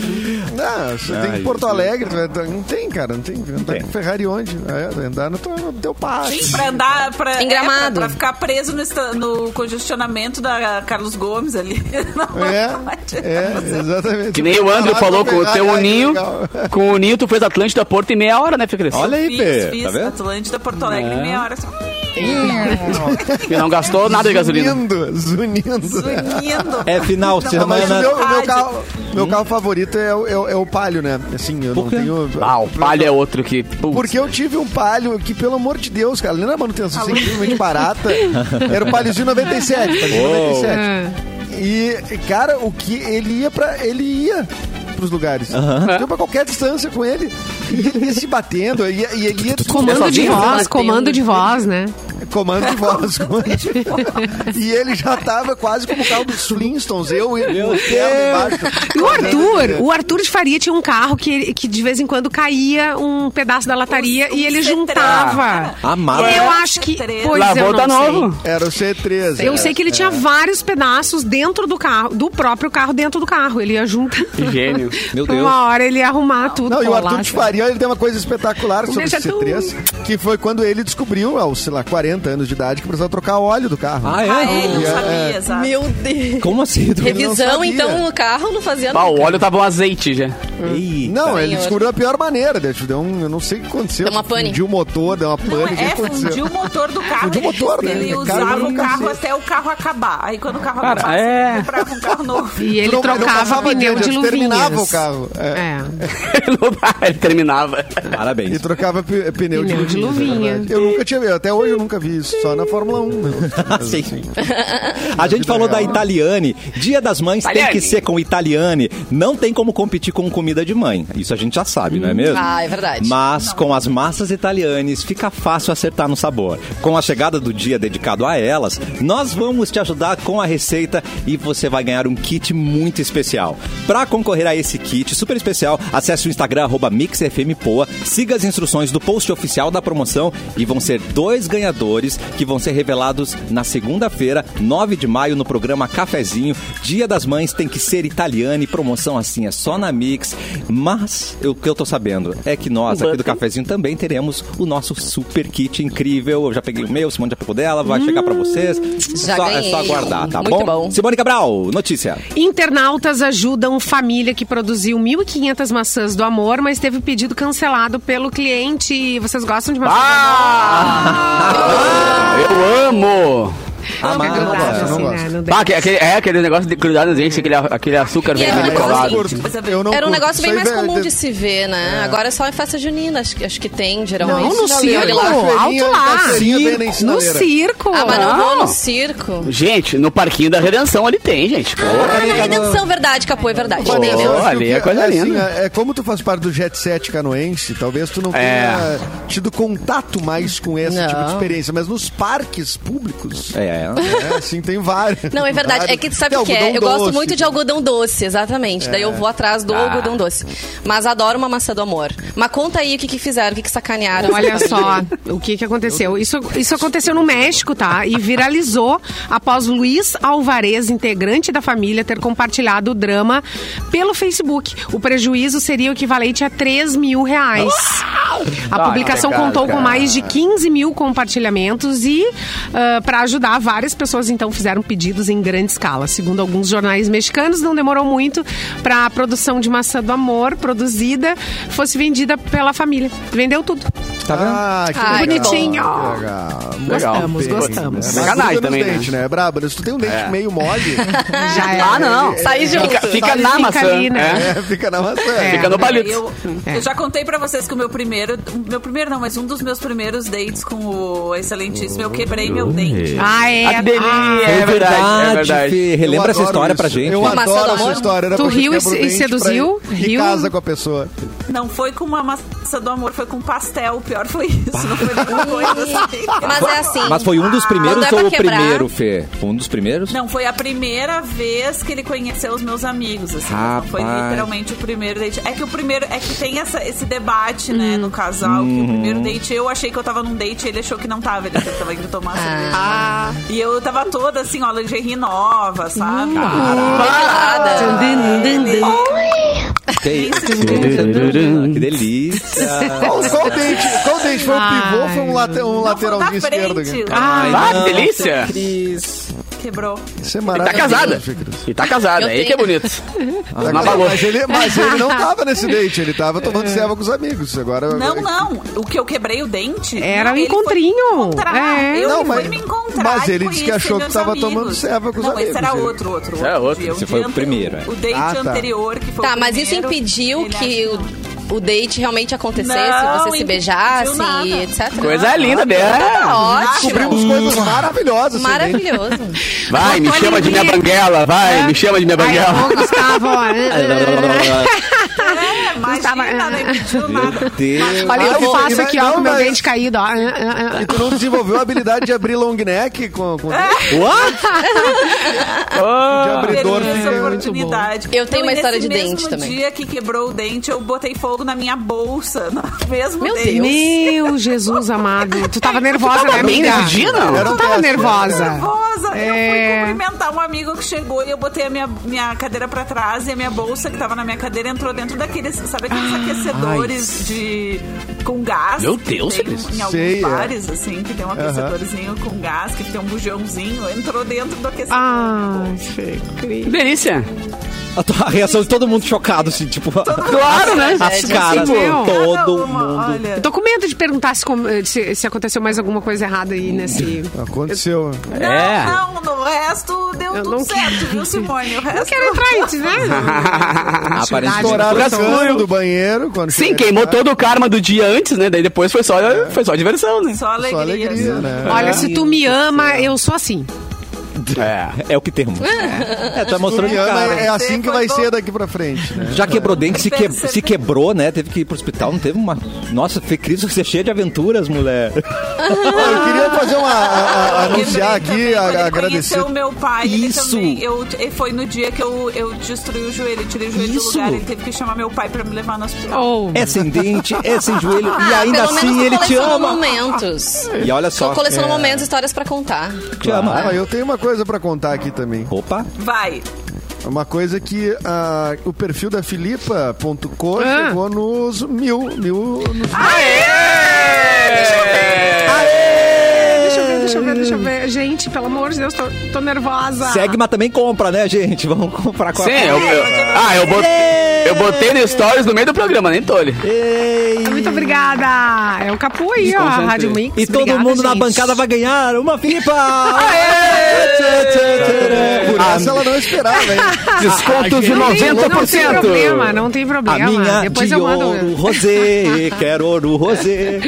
S7: Não, você tem
S1: Ai,
S7: em Porto
S1: gente.
S7: Alegre, vai dar- não tem, cara, não tem. Andar
S1: tem.
S7: com Ferrari onde? É, andar no teu, no teu
S5: Sim,
S7: pátio.
S5: pra andar. Pra,
S6: Em Gramado.
S5: é, pra- pra ficar preso no, esta- no congestionamento da Carlos Gomes ali. Não
S7: É,
S5: pode.
S7: é, exatamente. Ah,
S4: Que nem o André
S7: André
S4: falou com o teu uninho. Com o uninho tu fez Atlântida Porto em meia hora, né, Fê Cris?
S1: Olha aí,
S5: Fiz,
S1: Fê.
S5: fiz
S1: Tá vendo?
S5: Atlântida, Porto Alegre, meia hora. Só,
S7: É
S4: Que não gastou nada de gasolina.
S7: Zunindo, zunindo.
S5: zunindo.
S1: É final de
S5: Não,
S7: Não, mas o
S1: semana.
S7: meu, o meu
S5: Rádio.
S7: carro, meu carro favorito é, o- é, o- é o Palio, né? Assim, eu não
S1: Por quê?
S7: tenho...
S4: Ah, o palho é outro que. putz.
S7: Porque eu tive um palio que, pelo amor de Deus, cara, não era manutenção assim, simplesmente barata. Era o paliozinho 97, paliozinho 97. E, cara, o que ele ia pra. Ele ia pros lugares. Então, pra qualquer distância com ele. E ele ia se batendo, e, e ele ia.
S3: Comando de
S4: Sozinho?
S3: voz,
S6: Batendo.
S3: comando de voz, né?
S7: Comando de voz. comando de voz. e ele já tava quase como o carro dos Flintstones, eu e o terno embaixo.
S3: E o Arthur, o Arthur de Faria tinha um carro que, que de vez em quando caía um pedaço da lataria
S5: Um
S3: e ele
S5: C3.
S3: juntava.
S1: Amado.
S3: Eu acho que.
S5: C3.
S3: Pois eu
S4: Lavou
S3: não
S4: tá
S3: sei.
S4: novo.
S7: Era o C13.
S3: Eu sei que ele tinha vários pedaços dentro do carro, do próprio carro dentro do carro. Ele ia juntar.
S4: Que Gênio.
S1: Meu
S3: Pra
S1: Deus.
S3: Uma hora ele ia arrumar tudo.
S7: Não, e o
S3: colar,
S7: Arthur de
S3: sabe?
S7: Faria, ele tem uma coisa espetacular sobre o
S3: Deixa
S7: C3, que foi quando ele descobriu, aos, sei lá, 40, 40 anos de idade que precisava trocar o óleo do carro.
S1: Ah,
S5: Ah,
S1: é?
S5: ele não
S7: É,
S5: sabia, exato.
S6: Meu Deus.
S1: Como assim? Du?
S6: Revisão,
S7: sabia.
S6: então, no carro não fazia
S4: Ah,
S6: nada.
S4: o óleo tava um azeite já.
S1: Ei,
S7: Não, ele
S6: Senhor.
S7: descobriu a pior maneira. Deu deu um, eu não sei o que aconteceu.
S6: Deu uma pane.
S7: Fundiu o motor, deu uma pane.
S5: Não,
S7: o que
S5: é,
S7: aconteceu?
S5: fundiu o motor do carro.
S7: Fundiu o motor, né?
S5: ele
S7: Cara,
S5: usava
S7: eu
S5: o
S7: nunca
S5: carro
S7: sei.
S5: até o carro acabar. Aí quando o carro
S4: Cara,
S5: acabava,
S4: é.
S5: você comprava um carro novo.
S3: E ele
S7: Tu não- não
S3: trocava
S7: passava
S3: pneu
S7: adiante,
S3: de luvinhas.
S7: terminava o carro. É.
S3: É.
S4: Ele não- ele terminava.
S7: E
S1: Parabéns.
S7: trocava pi- pneu,
S3: Pneu de
S7: de
S3: luvinha.
S7: luvinha. é verdade. Eu nunca tinha eu- até hoje eu nunca vi isso, só na Fórmula 1. né?
S1: Sim. A gente falou da Italiane. Dia das Mães tem
S4: Italiane.
S1: que ser com Italiane. Não tem como competir com comida de mãe. Isso a gente já sabe, não é mesmo?
S6: Ah, é verdade.
S1: Mas com as massas italianes fica fácil acertar no sabor. Com a chegada do dia dedicado a elas, nós vamos te ajudar com a receita e você vai ganhar um kit muito especial. Para concorrer a esse kit super especial, acesse o Instagram arroba MixFMPoa, siga as instruções do post oficial da promoção e vão ser dois ganhadores que vão ser revelados na segunda-feira, 9 de maio, no programa Cafezinho. Dia das Mães tem que ser italiana e promoção assim é só na Mix. Mas eu- o que eu tô sabendo é que nós aqui do Cafezinho também teremos o nosso super kit incrível. Eu já peguei o meu, Simone já pegou dela, vai chegar pra vocês.
S6: já
S1: só, É
S6: ganhei.
S1: só aguardar, tá
S6: Muito
S1: bom?
S6: bom.
S1: Simone Cabral, notícia.
S3: Internautas ajudam família que produziu 1.500 maçãs do amor, mas teve o pedido cancelado pelo cliente. Vocês gostam de maçã?
S4: Ah! Eu amo!
S3: do amor?
S1: amada.
S3: Fica grudado,
S7: Eu não
S3: Ah, assim,
S7: gosto.
S3: né? Não
S4: Ah,
S3: dá.
S4: aquele, aquele- é aquele negócio de grudar no dente, aquele, aquele açúcar
S6: E é
S7: um
S4: vermelho
S6: uma coisa
S4: colado.
S6: assim,
S7: Eu não
S6: Era um
S7: curto.
S6: negócio bem
S7: Isso aí é
S6: mais
S7: vai-
S6: comum de se ver, né? Agora é só em festa junina, acho, que- acho que tem, geralmente.
S3: Não, no
S6: Olha
S3: circo,
S6: lá.
S3: alto lá.
S7: Feirinha, bem na
S3: No
S7: sinaleira.
S3: circo.
S6: Ah, mas não vou
S4: Não.
S6: no circo.
S4: Gente, no parquinho da redenção ali tem, gente. Pô.
S6: Ah, na redenção, verdade, Capô, é verdade.
S7: Pô,
S6: Tem
S7: eu
S6: mesmo.
S7: acho
S4: ali
S7: que,
S4: é coisa linda.
S7: é, como tu faz parte do Jet Set canoense, talvez tu não
S4: É.
S7: tenha tido contato mais com esse
S6: Não.
S7: tipo de experiência, mas nos parques públicos, é.
S1: É.
S7: assim, tem vários.
S6: Não, é verdade. É que tu sabe o que é? Eu gosto muito de algodão doce, exatamente. Daí eu vou atrás do algodão doce. Mas adoro uma maçã do amor. Mas conta aí o que, que fizeram, o que, que sacanearam.
S3: Então, Olha só o que, que aconteceu. Isso, isso aconteceu no México, tá? E viralizou após Luiz Alvarez, integrante da família, ter compartilhado o drama pelo Facebook. O prejuízo seria o equivalente a 3 mil reais. A
S4: Ah,
S3: publicação
S4: que pecado,
S3: contou com
S4: cara.
S3: mais de 15 mil compartilhamentos e, para ajudar, várias pessoas então fizeram pedidos em grande escala. Segundo alguns jornais mexicanos, não demorou muito para a produção de maçã do amor produzida fosse vendida pela família. Vendeu tudo.
S7: Tá vendo? Ah, que
S6: Ai,
S7: legal.
S3: bonitinho.
S7: Que legal.
S4: Legal.
S3: Gostamos,
S4: Tem-
S3: gostamos.
S4: Mas
S7: Mas
S4: Sacanagem
S7: gruda nos
S4: também, né?
S7: dentes, né? É brabo, né? Se tu tem um dente meio mole, né,
S3: Já é.
S4: Ah, não.
S6: Sai junto.
S4: Fica, fica na
S3: Fica
S4: maçã.
S3: ali, né?
S4: é.
S7: é, fica na maçã.
S3: É.
S4: Fica no palito.
S5: Eu,
S7: É.
S5: eu já contei pra vocês que o meu primeiro. o Meu primeiro não, mas um dos meus primeiros dates com o Excelentíssimo, eu quebrei meu dente.
S3: Ah, é.
S4: Ah, que delícia.
S3: Ah,
S4: É verdade, é verdade.
S1: Fê.
S7: Eu
S1: Relembra essa
S7: adoro
S1: história
S7: isso.
S1: pra gente.
S7: Eu
S6: Uma maçã do
S7: adoro essa
S6: amor?
S7: história. Era
S3: Tu
S7: porque
S3: riu e
S7: quebra o
S3: se- e
S7: dente pra-
S3: seduziu?
S7: E
S3: Riu?
S7: casa com a pessoa.
S5: Não foi com uma massa do amor, foi com um pastel. O pior foi isso. Não foi nenhuma coisa assim.
S6: Mas é assim.
S1: Mas foi um dos primeiros
S6: Não dá
S1: ou
S6: pra
S1: o
S6: quebrar.
S1: primeiro, Fê? Um dos primeiros?
S5: Não, foi a primeira vez que ele conheceu os meus amigos, assim. mas Não foi
S1: Rapaz.
S5: literalmente o primeiro date. É que o primeiro. É que tem essa- esse debate, né, no casal, que o primeiro date eu achei que eu tava num date e ele achou que não tava. Ele achou que tava indo tomar cerveja. E eu tava toda assim, ó, lingerie nova, sabe?
S6: um Pelada.
S1: Que, que delícia.
S7: Qual, qual dente? Qual dente? Foi um pivô ou foi um, late, um
S5: Não, foi
S7: lateralzinho
S5: na
S7: esquerdo?
S5: frente.
S3: Ah,
S4: Ah, que
S1: não,
S4: delícia.
S5: Quebrou.
S7: Isso é
S4: E tá
S7: maravilhoso.
S4: casada.
S7: Cris.
S4: E tá casada.
S6: Eu
S4: Aí que é
S6: tenho-
S4: bonito.
S7: Tá
S4: Mas
S7: casada.
S4: valor.
S7: Mas ele, mas ele não tava nesse date, ele tava tomando ceva com os amigos. Agora,
S5: Não, não. O que eu quebrei o dente.
S3: Era
S5: não,
S3: um
S5: ele foi
S3: encontrinho.
S5: me encontrar.
S3: É.
S5: Eu
S7: Não,
S5: não,
S7: mas-
S5: me encontrar.
S7: mas
S5: e
S7: ele disse que
S5: conhecer
S7: achou que
S5: meus
S7: tava tomando
S5: amigos.
S7: ceva com os
S5: Não, esse
S7: amigos,
S5: era
S7: ele-
S5: outro, outro.
S4: Esse era outro.
S5: dia.
S1: é Esse
S5: O
S1: foi
S5: dia
S1: o
S5: anterior-
S1: primeiro, é.
S5: O date
S7: Ah, tá.
S5: anterior que foi o
S6: Tá, mas isso
S5: primeiro,
S6: impediu
S5: ele
S6: que
S5: acha-
S6: o, o date realmente acontecesse,
S5: Não,
S6: vocês se
S5: impediu
S6: beijassem
S5: nada.
S6: e etc.
S4: Coisa linda,
S6: Ah,
S4: Bela.
S6: Ótimo.
S7: Descobrimos coisas maravilhosas. sem dente.
S6: Maravilhoso.
S4: Vai, me
S3: Botou
S4: chama de minha
S3: limite.
S4: banguela. Vai,
S3: É.
S4: me chama de minha
S3: Ai,
S4: banguela.
S3: ô, Gustavo, ó.
S5: É,
S3: Gustavo,
S5: imagina, não
S3: é.
S5: impediu
S1: Meu
S5: nada.
S1: Deus.
S3: Olha o que eu
S7: Ai,
S3: faço
S7: mas
S3: aqui, ó,
S7: não,
S3: com meu
S7: mas-
S3: dente caído, ó. Ah,
S7: E tu não desenvolveu a habilidade de abrir long neck com, com de
S1: What?
S7: abridor.
S5: Perdi essa
S7: fininho.
S5: oportunidade.
S6: Eu tenho uma
S5: e
S6: história
S5: nesse
S6: de dente
S5: mesmo
S6: também.
S5: dia que quebrou o dente, eu botei fogo na minha bolsa. No mesmo
S6: Meu
S5: dente.
S3: Meu Jesus amado. Tu tava nervosa, né,
S4: Tava tá bem
S3: amiga?
S4: nesse dia, não?
S7: Era
S3: Tu
S7: um
S3: tava
S7: teste,
S3: nervosa.
S5: nervosa.
S3: É.
S5: Eu fui cumprimentar um amigo que chegou e eu botei a minha, minha cadeira pra trás e a minha bolsa que tava na minha cadeira entrou dentro daqueles. Sabe aqueles aquecedores de com gás?
S4: Meu
S5: que
S4: Deus,
S5: tem
S4: Cris.
S5: Em alguns
S7: Sei, é.
S5: bares, assim, que tem um aquecedorzinho com gás, que tem um bujãozinho, entrou dentro do aquecedor.
S3: Ah, Fê,
S4: Que
S3: Cris.
S4: delícia.
S1: A, tua- a reação de todo mundo chocado, assim, tipo...
S4: Claro, né?
S1: As
S6: Gente,
S1: caras,
S3: assim, meu.
S5: Cada
S1: todo
S5: uma,
S1: mundo...
S5: "Ah, Olha,
S3: Eu tô com medo de perguntar se, com- se- se aconteceu mais alguma coisa errada aí nesse.
S7: Aconteceu.
S5: não,
S4: É.
S5: não, no resto deu
S3: Eu não
S5: tudo certo, viu, Simone? O resto...
S3: Não quero entrar antes, né?
S1: Aparece
S7: Estouraram o
S4: Coração.
S7: cano do banheiro. Quando
S4: Sim,
S7: cheguei
S4: queimou
S7: lá,
S4: todo o karma do dia antes, né? Daí depois foi só, foi só diversão, né?
S5: Só alegria. assim.
S7: Só alegria, né?
S3: Olha, se tu me ama, eu sou assim.
S4: É.
S1: É o que temos. É, tá mostrando o
S7: Suriana
S1: cara.
S7: é assim que
S5: Foi
S7: vai
S5: bom.
S7: ser daqui pra frente, né?
S1: Já quebrou dente, se, que-
S5: Percebe-
S1: se quebrou, né? Teve que ir pro hospital, não teve uma... Nossa, Fê, Cris, você é cheia de aventuras, mulher.
S7: Olha, Eu queria fazer uma. a- a- a-
S5: Eu lembrei
S7: anunciar aqui,
S5: também,
S7: a-
S5: quando ele
S7: agradecer.
S5: conheceu o meu pai. ele
S1: Isso.
S5: também- eu, e foi no dia que eu, eu destruí o joelho, tirei o joelho
S1: Isso.
S5: do lugar. Ele teve que chamar meu pai pra me levar no hospital.
S4: Oh.
S3: Ou.
S1: É sem dente, é sem joelho, e
S6: Ah,
S1: ainda
S6: pelo menos
S1: assim
S6: tu
S1: ele te
S6: coleciona
S1: ama.
S6: momentos.
S1: E olha
S6: Só
S1: só, É.
S6: coleciono momentos, histórias pra contar.
S1: te
S7: Ah,
S1: ama.
S7: eu tenho uma coisa pra contar aqui também.
S1: Opa,
S5: Vai.
S7: Uma coisa que ah, o perfil da Filipa.co
S3: Ah.
S7: chegou nos mil. mil nos-
S4: Ah,
S3: Deixa eu ver, deixa eu ver, deixa eu ver. Gente, pelo amor de Deus, tô, tô nervosa.
S1: segue, mas também compra, né, gente? Vamos comprar com a
S4: Sim, eu, eu- ah, eu botei, eu botei no stories no meio do programa, nem tole.
S1: Ei.
S3: Tá Muito obrigada. É o Capu aí, ó, a
S4: Desconcentrei.
S3: Rádio Mix.
S1: E todo
S3: Obrigada,
S1: mundo na
S3: gente.
S1: bancada vai ganhar uma pipa!
S7: Por
S1: A-
S7: essa ela não esperava, hein?
S4: é. Desconto de
S3: Não tem, não tem
S4: 90%.
S3: problema, não tem
S1: A
S3: problema.
S1: minha
S3: Depois
S1: de
S3: eu mando.
S1: ouro rosé, quero ouro rosé.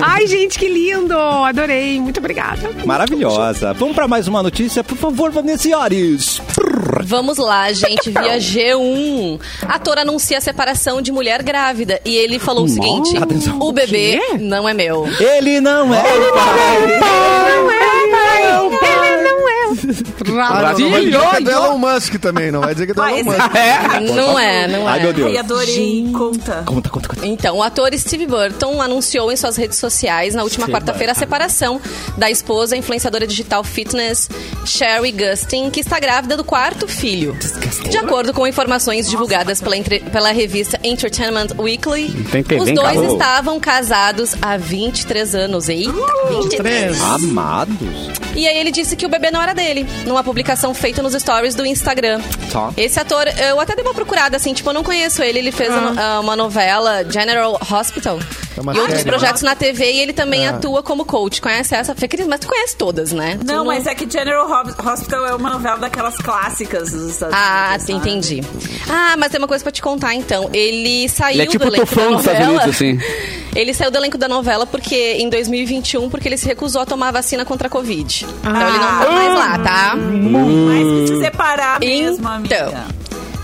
S3: Ai, gente, que lindo! Adorei. Muito obrigada.
S1: Maravilhosa. Vamos para mais uma notícia, por favor, Vanessiores.
S6: Vamos lá, gente, via G1. Ator anuncia a separação de mulher grávida. E ele falou o seguinte:
S1: Atenção.
S6: o bebê
S3: O quê?
S6: não é meu.
S1: Ele não é o pai.
S3: Não é, pai. Ele não é.
S7: Ah, não, não vai dizer que é do
S4: Maravilhoso.
S7: Elon Musk também, não vai dizer que é do Elon
S5: Mas-
S7: Musk.
S6: Não é, não é.
S1: Ai, meu Deus.
S5: Ai, adorei. Conta.
S1: Conta, conta, conta.
S6: Então, o ator Steve Burton anunciou em suas redes sociais na última quarta-feira a separação da esposa influenciadora digital fitness Sherry Gustin, que está grávida do quarto filho. De acordo com informações divulgadas pela, entre- pela revista Entertainment Weekly,
S4: Tem TV
S6: os
S4: em
S6: dois
S4: casa?
S6: estavam casados há 23 anos. Eita, 23.
S1: Amados.
S6: E aí ele disse que o bebê não era dele, numa publicação feita nos stories do Instagram.
S1: Tá.
S6: Esse ator, eu até dei uma procurada, assim, tipo, eu não conheço ele. Ele
S5: Ah.
S6: fez uma, ah, uma novela, General Hospital,
S7: É uma
S6: e outros
S4: né?
S7: série.
S6: projetos na TV, e ele
S4: Ah.
S6: também atua como coach. Conhece essa? Fê, Cris, mas tu conhece todas, né? Tu
S5: Não, mas é que General Hob- Hospital é uma novela daquelas clássicas dos Estados
S6: Ah,
S5: Unidos.
S6: sim,
S5: né?
S6: entendi. Ah, mas tem uma coisa pra te contar, então. Ele saiu
S4: Ele é tipo
S6: do elenco da
S4: Tufão dos
S6: novela.
S4: Estados Unidos, assim.
S6: Ele saiu do elenco da novela porque em 2021, porque ele se recusou a tomar a vacina contra a Covid. Então ele não tá mais lá, tá?
S5: Ah. Mas que se separar mesmo,
S6: Então.
S5: amiga.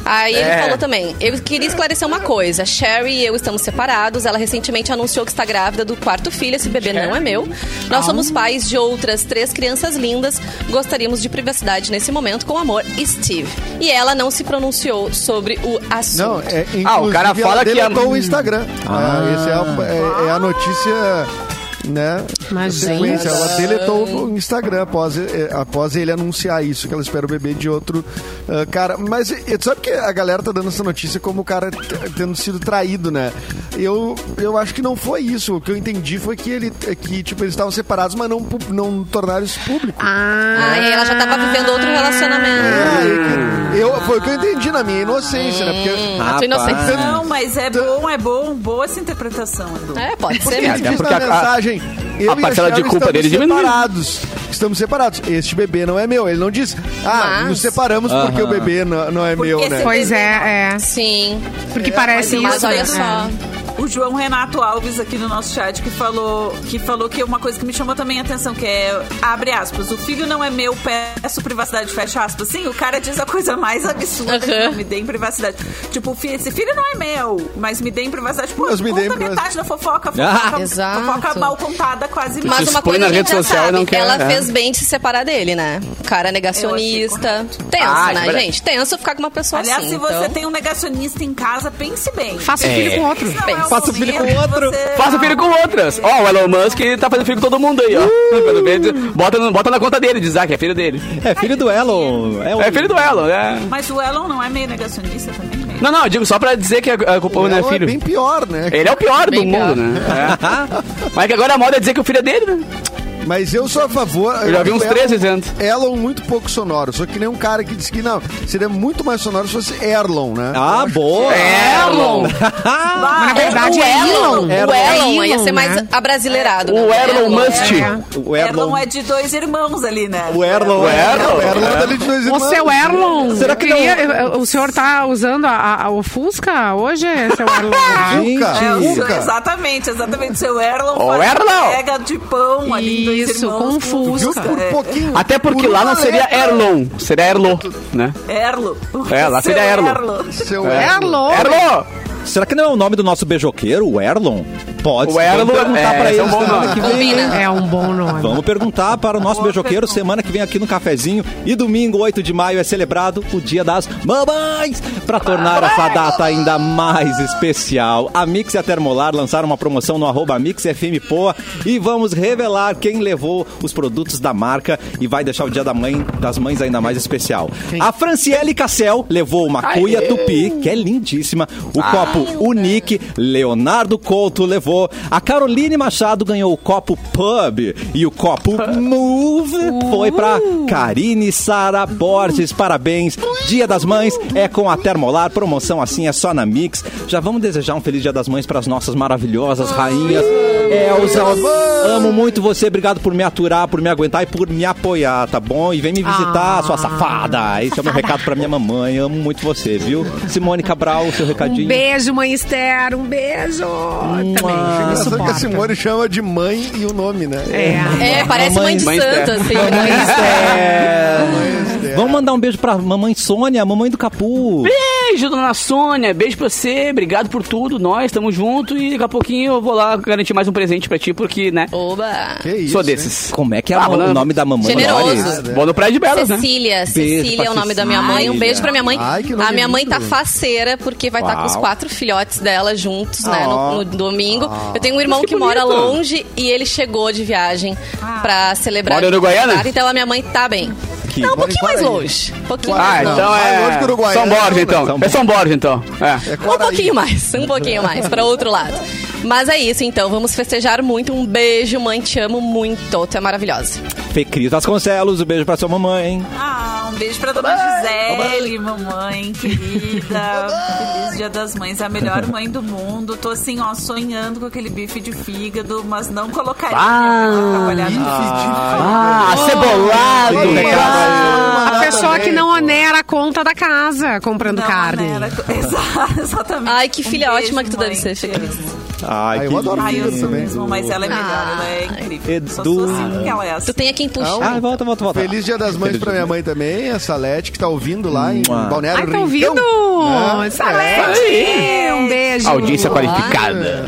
S6: Aí ele
S4: É.
S6: falou também, eu queria esclarecer uma coisa. Sherry e eu estamos separados. Ela recentemente anunciou que está grávida do quarto filho. Esse bebê não é meu. Nós somos pais de outras três crianças lindas. Gostaríamos de privacidade nesse momento com amor, Steve. E ela não se pronunciou sobre o assunto.
S7: Não, é, inclusive,
S4: Ah, o cara
S7: ela
S4: fala que a-
S7: deletou o Instagram. Ah, esse é, o- é- é a notícia, né?
S3: Mas,
S7: sequência.
S3: gente.
S7: Ela deletou o Instagram após, é, após ele anunciar isso, que ela espera o bebê de outro ah, cara. Mas é, sabe que a galera tá dando essa notícia como o cara t- tendo sido traído, né? Eu, eu acho que não foi isso. O que eu entendi foi que ele é que tipo eles estavam separados, mas não, pu- não tornaram isso público.
S3: Ah,
S6: Ah, e ela já tava vivendo outro relacionamento.
S7: É, eu, foi o que eu entendi na minha inocência, né? Porque
S6: A tua inocência.
S5: Não, mas é bom, é bom. Boa essa interpretação, Edu.
S6: É, pode
S7: Porque
S6: ser.
S7: ele
S4: até
S7: diz
S4: porque
S7: na
S4: a- a-
S7: mensagem, eu e
S4: parcela de
S7: Sherry
S4: culpa
S7: estamos
S4: dele diminuiu.
S7: separados. Estamos separados. Este bebê não é meu. Ele não diz, ah,
S6: Mas-
S7: nos separamos porque o bebê não, não é meu, né?
S5: foi-
S3: Pois é, é.
S6: Sim.
S3: Porque parece
S5: mas
S3: isso.
S6: olha
S3: né?
S6: só.
S5: O João Renato Alves aqui no nosso chat que falou que falou que uma coisa que me chamou também a atenção, que é, abre aspas, o filho não é meu, peço privacidade, fecha aspas. Sim, o cara diz a coisa mais absurda, que
S6: Aham.
S5: não me deem privacidade. Tipo, fi- esse filho não é meu, mas me deem privacidade. Pô,
S7: Mas me
S5: conta
S7: deem
S5: metade
S7: privacidade.
S5: da fofoca,
S1: Ah,
S5: fofoca,
S6: exato.
S5: fofoca mal contada, quase
S4: Tu
S5: mal.
S6: Mas
S4: se
S6: uma
S4: expõe
S6: coisa
S4: na
S6: que a
S4: rede
S6: gente já
S4: social e
S6: sabe,
S4: não quer,
S6: ela
S4: né?
S6: fez bem de se separar dele, né? Cara negacionista. Tenso,
S4: Ah, é
S6: né,
S4: verdade.
S6: gente? Tenso ficar com uma pessoa
S5: Aliás,
S6: assim.
S5: se você
S6: então.
S5: tem um negacionista em casa, pense bem.
S3: Faça o
S4: É.
S3: filho com outro.
S5: Esse não
S6: bem.
S5: é o
S1: Faça o filho com
S5: momento de
S1: outro.
S5: você- É.
S4: Faça filho com outras. Ó, o Elon Musk tá fazendo filho com todo mundo aí, ó. Pelo menos, bota, no- bota na conta dele, diz ah, que é filho dele.
S1: É filho do Elon. o-
S4: É filho do Elon, né?
S5: Mas o Elon não é meio negacionista também, meio.
S4: Não, não, eu digo só pra dizer que a, a culpa não é
S7: Léo
S4: filho.
S7: Então, bem pior, né?
S4: Ele é o pior do
S6: Bem
S4: mundo,
S6: pior.
S4: né? É. Mas que agora a moda é dizer que o filho é dele, né?
S7: Mas eu sou a favor.
S4: Eu já vi uns
S7: acho
S4: três
S7: Elon-
S4: dizendo.
S7: Elon um muito pouco sonoro. Só que nem um cara que disse que não. Seria muito mais sonoro se fosse Erlon, né?
S1: Ah, boa!
S4: Elon!
S5: Bah,
S3: na verdade,
S6: o
S3: é
S6: Elon,
S3: Elon.
S6: o Elon, ia
S3: né?
S6: ser mais abrasileirado. né?
S4: O Elon Musk.
S1: O
S5: Erlon
S1: Erlon.
S5: é de dois irmãos ali, né?
S1: O Erlon.
S4: O Elon.
S7: O Erlon é dali de dois
S3: Ô,
S7: irmãos.
S3: seu Erlon,
S1: Será
S3: eu
S1: que
S3: queria- eu- o senhor tá usando a, a, a ofusca hoje, seu Erlon?
S1: Gente,
S5: É, o seu-
S7: Nunca.
S5: exatamente, exatamente. Seu Erlon
S4: Ô,
S5: faz
S4: Erlon!
S5: uma pega de pão ali em dois
S3: Isso,
S5: irmãos
S3: com
S7: Viu?
S3: Fusca.
S7: Por
S5: É,
S7: pouquinho.
S4: Até porque
S7: Por um
S4: lá
S7: uma
S4: não seria
S7: letra.
S4: Erlon, seria Erlo, né?
S5: Erlo.
S4: É, lá
S5: Seu
S4: seria Erlo.
S7: Seu
S4: É.
S7: é.
S3: Erlon!
S4: Erlo!
S1: será que não é o nome do nosso beijoqueiro, o Erlon? Pode
S4: O Erlon,
S1: vamos perguntar
S4: é,
S1: pra
S4: esse é
S1: ele
S4: um bom nome.
S1: semana que vem. hein?
S6: Combina.
S3: É um bom nome.
S1: Vamos perguntar para o nosso beijoqueiro semana que vem aqui no cafezinho. E domingo, 8 de maio, é celebrado o Dia das Mamães. Para tornar essa data ainda mais especial, a Mix e a Termolar lançaram uma promoção no arroba Mix FM Poa e vamos revelar quem levou os produtos da marca e vai deixar o Dia da Mãe das Mães ainda mais especial. A Franciele Cassel levou uma cuia tupi, que é lindíssima. O copo Unique, Leonardo Couto levou. A Caroline Machado ganhou o copo Pub. E o copo Move foi pra Karine Sara Borges. Parabéns. Dia das Mães é com a Termolar. Promoção assim é só na Mix. Já vamos desejar um feliz Dia das Mães pras nossas maravilhosas rainhas. Elza, amo muito você. Obrigado por me aturar, por me aguentar e por me apoiar, tá bom? E vem me visitar,
S3: Ah.
S1: sua safada. Esse é o meu recado pra minha mamãe. Amo muito você, viu? Simone Cabral, seu recadinho.
S3: Um beijo, mãe Esther, um beijo. Também, me
S7: Só que a
S3: suporta.
S7: Simone chama de mãe e o nome, né?
S3: É.
S6: É, parece
S1: Mamãe-
S6: mãe de
S4: mãe
S6: santo, assim. né?
S1: É. Vamos mandar um beijo pra mamãe Sônia, mamãe do Capu.
S4: Beijo, dona Sônia. Beijo pra você. Obrigado por tudo. Nós estamos junto e daqui a pouquinho eu vou lá garantir mais um presente pra ti, porque, né?
S6: Oba!
S7: Que isso,
S4: sou
S7: hein?
S4: desses.
S1: Como é que é
S4: Ah,
S1: a-
S4: banana-
S1: o nome da mamãe?
S6: Generoso.
S1: Dolores?
S4: Vou no Praia de Belas, né?
S6: Cecília,
S1: Beijo
S6: Cecília é
S1: pra
S6: o nome da minha
S1: Cecília.
S6: mãe. Um beijo pra minha mãe.
S7: Ai, que nome
S6: a minha mãe tá
S7: lindo.
S6: faceira porque vai estar com os
S1: Uau.
S6: quatro filhotes dela juntos, né, no, no domingo. Eu tenho um irmão
S4: Ah. Mas
S6: que,
S4: que
S6: mora
S4: bonito.
S6: longe e ele chegou de viagem
S3: Ah.
S6: pra celebrar.
S4: Mora em Uruguaiana?
S6: Então a minha mãe tá bem.
S1: Que-
S6: Não, um
S7: Mora em
S6: pouquinho mais
S7: Quaraí.
S6: longe. Um pouquinho
S7: Quaraí.
S4: Ah,
S6: mais
S7: Não,
S4: então
S7: mais longe que
S4: é.
S7: Uruguaiana,
S4: São Borges,
S7: né?
S4: então.
S1: São
S4: É São Borges, então. É.
S7: É
S6: Um
S7: Quaraí.
S6: pouquinho mais, um pouquinho mais, pra outro lado. Mas é isso, então. Vamos festejar muito. Um beijo, mãe. Te amo muito. Tu é maravilhosa.
S1: Fê Cris Vasconcelos, um beijo pra sua mamãe.
S5: Ah, um beijo pra dona Gisele, mamãe querida. Feliz Dia das Mães, a melhor mãe do mundo. Tô assim, ó, sonhando com aquele bife de fígado, mas não colocaria
S4: Ah.
S5: pra trabalhar
S7: Bife de
S5: no
S4: Ah,
S7: Tem um
S4: cebolado.
S7: recado aí.
S3: A
S7: Uma
S3: pessoa
S7: nota
S3: que não
S7: também,
S3: onera a conta da casa comprando
S5: Não,
S3: carne.
S5: né? Era- Exa- Exatamente. Um
S6: Ai, que filha
S5: beijo,
S6: ótima que tu
S5: mãe,
S6: deve ser,
S5: te
S6: Fê Cris.
S5: amo.
S1: Ai,
S7: Ah, eu
S1: que
S7: adoro
S5: Ai, eu sou
S7: Lindo.
S5: mesmo, mas ela é melhor,
S6: Ai,
S5: ela é incrível. Só
S1: Edu.
S5: sou assim que ela é
S6: Tu
S5: assim.
S6: tem a quem puxar.
S1: Ah, volta, volta,
S7: pô.
S1: volta.
S7: Feliz Dia das Mães pra minha mãe também, a Salete, que tá ouvindo lá em
S1: Mua.
S7: Balneário
S6: Ah,
S3: Ai, tá
S7: Rincão.
S3: ouvindo?
S7: É.
S3: Salete! Um beijo.
S4: Audiência qualificada.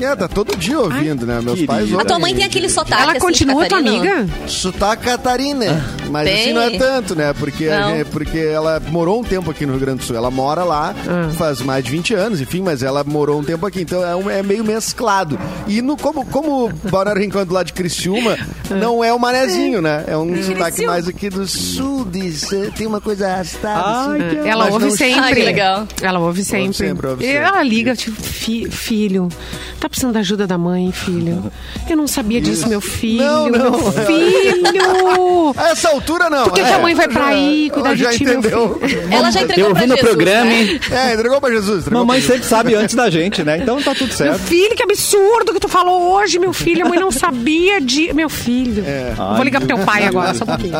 S7: É, tá todo dia ouvindo, né? Meus
S1: querida.
S7: pais
S1: A
S6: A tua
S7: ouvem.
S6: mãe tem aquele sotaque
S3: Ela
S6: assim,
S3: continua tua
S6: Catarina?
S3: amiga?
S7: Sotaque Catarina.
S3: Ah.
S7: Mas
S6: Tem.
S7: assim não é tanto, né? Porque, a
S6: Não.
S7: gente- porque ela morou um tempo aqui no Rio Grande do Sul. Ela mora lá
S3: Ah.
S7: faz mais de 20 anos, enfim, mas ela morou um tempo aqui. Então é, um- é meio mesclado. E no, como, como Balneário Rincão é do lado de Criciúma,
S3: Ah.
S7: não é o manezinho, né? É um sotaque mais aqui do sul. de- tem uma coisa arrastada.
S1: Ai,
S7: assim.
S1: que
S3: Ela
S7: Mas
S3: ouve
S7: não-
S3: sempre.
S6: Ah, que legal.
S3: Ela ouve sempre.
S7: sempre, ouve
S3: E
S7: sempre.
S3: ela liga, tipo, "Fi- filho, tá precisando da ajuda da mãe, filho? Eu não sabia disso, meu filho.
S7: Não, não.
S3: Filho!
S7: A essa altura, não.
S3: Por que que a mãe vai pra aí cuidar
S7: ela
S3: de
S7: já
S3: ti, meu
S7: entendeu.
S6: Ela já entregou
S4: Eu ouvi
S6: pra
S4: no
S6: Jesus,
S4: programa,
S6: né?
S4: hein?
S7: É, entregou pra Jesus. entregou
S1: Mamãe
S7: pra
S1: sempre sabe antes da gente, né? Então tá tudo certo.
S3: Filho, que absurdo que tu falou hoje, meu filho. A mãe não sabia de. Meu filho.
S1: É.
S3: Eu Vou ligar pro teu pai agora, só um pouquinho.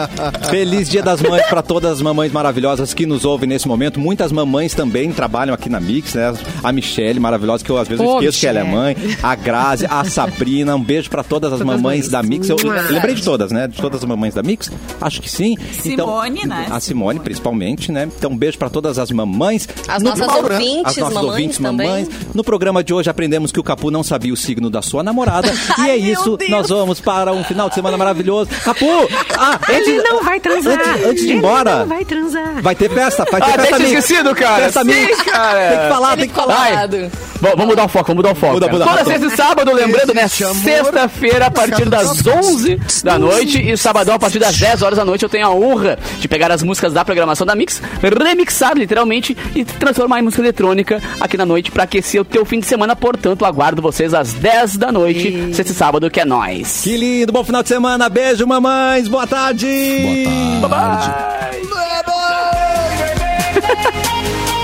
S1: Feliz Dia das Mães para todas as mamães maravilhosas que nos ouvem nesse momento. Muitas mamães também trabalham aqui na Mix, né? A Michelle, maravilhosa, que eu às vezes
S3: Ô,
S1: esqueço que ela é mãe.
S3: Michelle.
S1: A Grazi, a Sabrina. Um beijo para todas as
S3: Todas as
S1: mamães
S3: mães.
S1: da Mix. Eu
S3: Mua.
S1: lembrei
S5: é.
S1: de todas, né? De todas as mamães da Mix? Acho que sim. Então,
S5: Simone, né?
S1: A Simone, principalmente, né? Então, um beijo para todas as mamães.
S6: As
S1: No
S6: nossas
S1: programa-
S6: ouvintes,
S1: as nossas
S6: mamães
S1: ouvintes,
S6: também.
S1: mamães. No programa de hoje aprendemos que o Capu não sabia o signo da sua namorada. e é
S6: Ai, meu
S1: isso,
S6: Deus.
S1: nós vamos para um final de semana maravilhoso. Capu! Ah,
S3: Ele
S1: antes-
S3: não vai transar.
S1: Antes, antes de ir
S3: Ele
S1: embora,
S3: não
S1: vai...
S3: vai transar.
S1: ter festa. Vai ter
S4: Ah,
S1: festa
S4: deixa
S1: mix.
S4: esquecido, cara.
S1: Festa
S4: Sim,
S1: mix.
S4: cara.
S1: Tem que falar,
S6: Ele
S1: tem que falar.
S6: colado.
S4: Bom, vamos mudar o foco, vamos mudar o foco.
S1: Muda, muda,
S4: Toda
S1: Rafa.
S4: sexta e sábado, lembrando, né?
S7: Existe amor,
S4: Sexta-feira, a partir das 11 da noite e sabadão, a partir das 10 horas da noite, eu tenho a honra de pegar as músicas da programação da Mix, remixar literalmente e transformar em música eletrônica aqui na noite pra aquecer o teu fim de semana. Portanto, aguardo vocês às 10 da noite, sexta e sábado, que é nóis.
S1: Que lindo, bom final de semana. Beijo, mamães. Boa tarde.
S2: Boa tarde.
S4: Bye.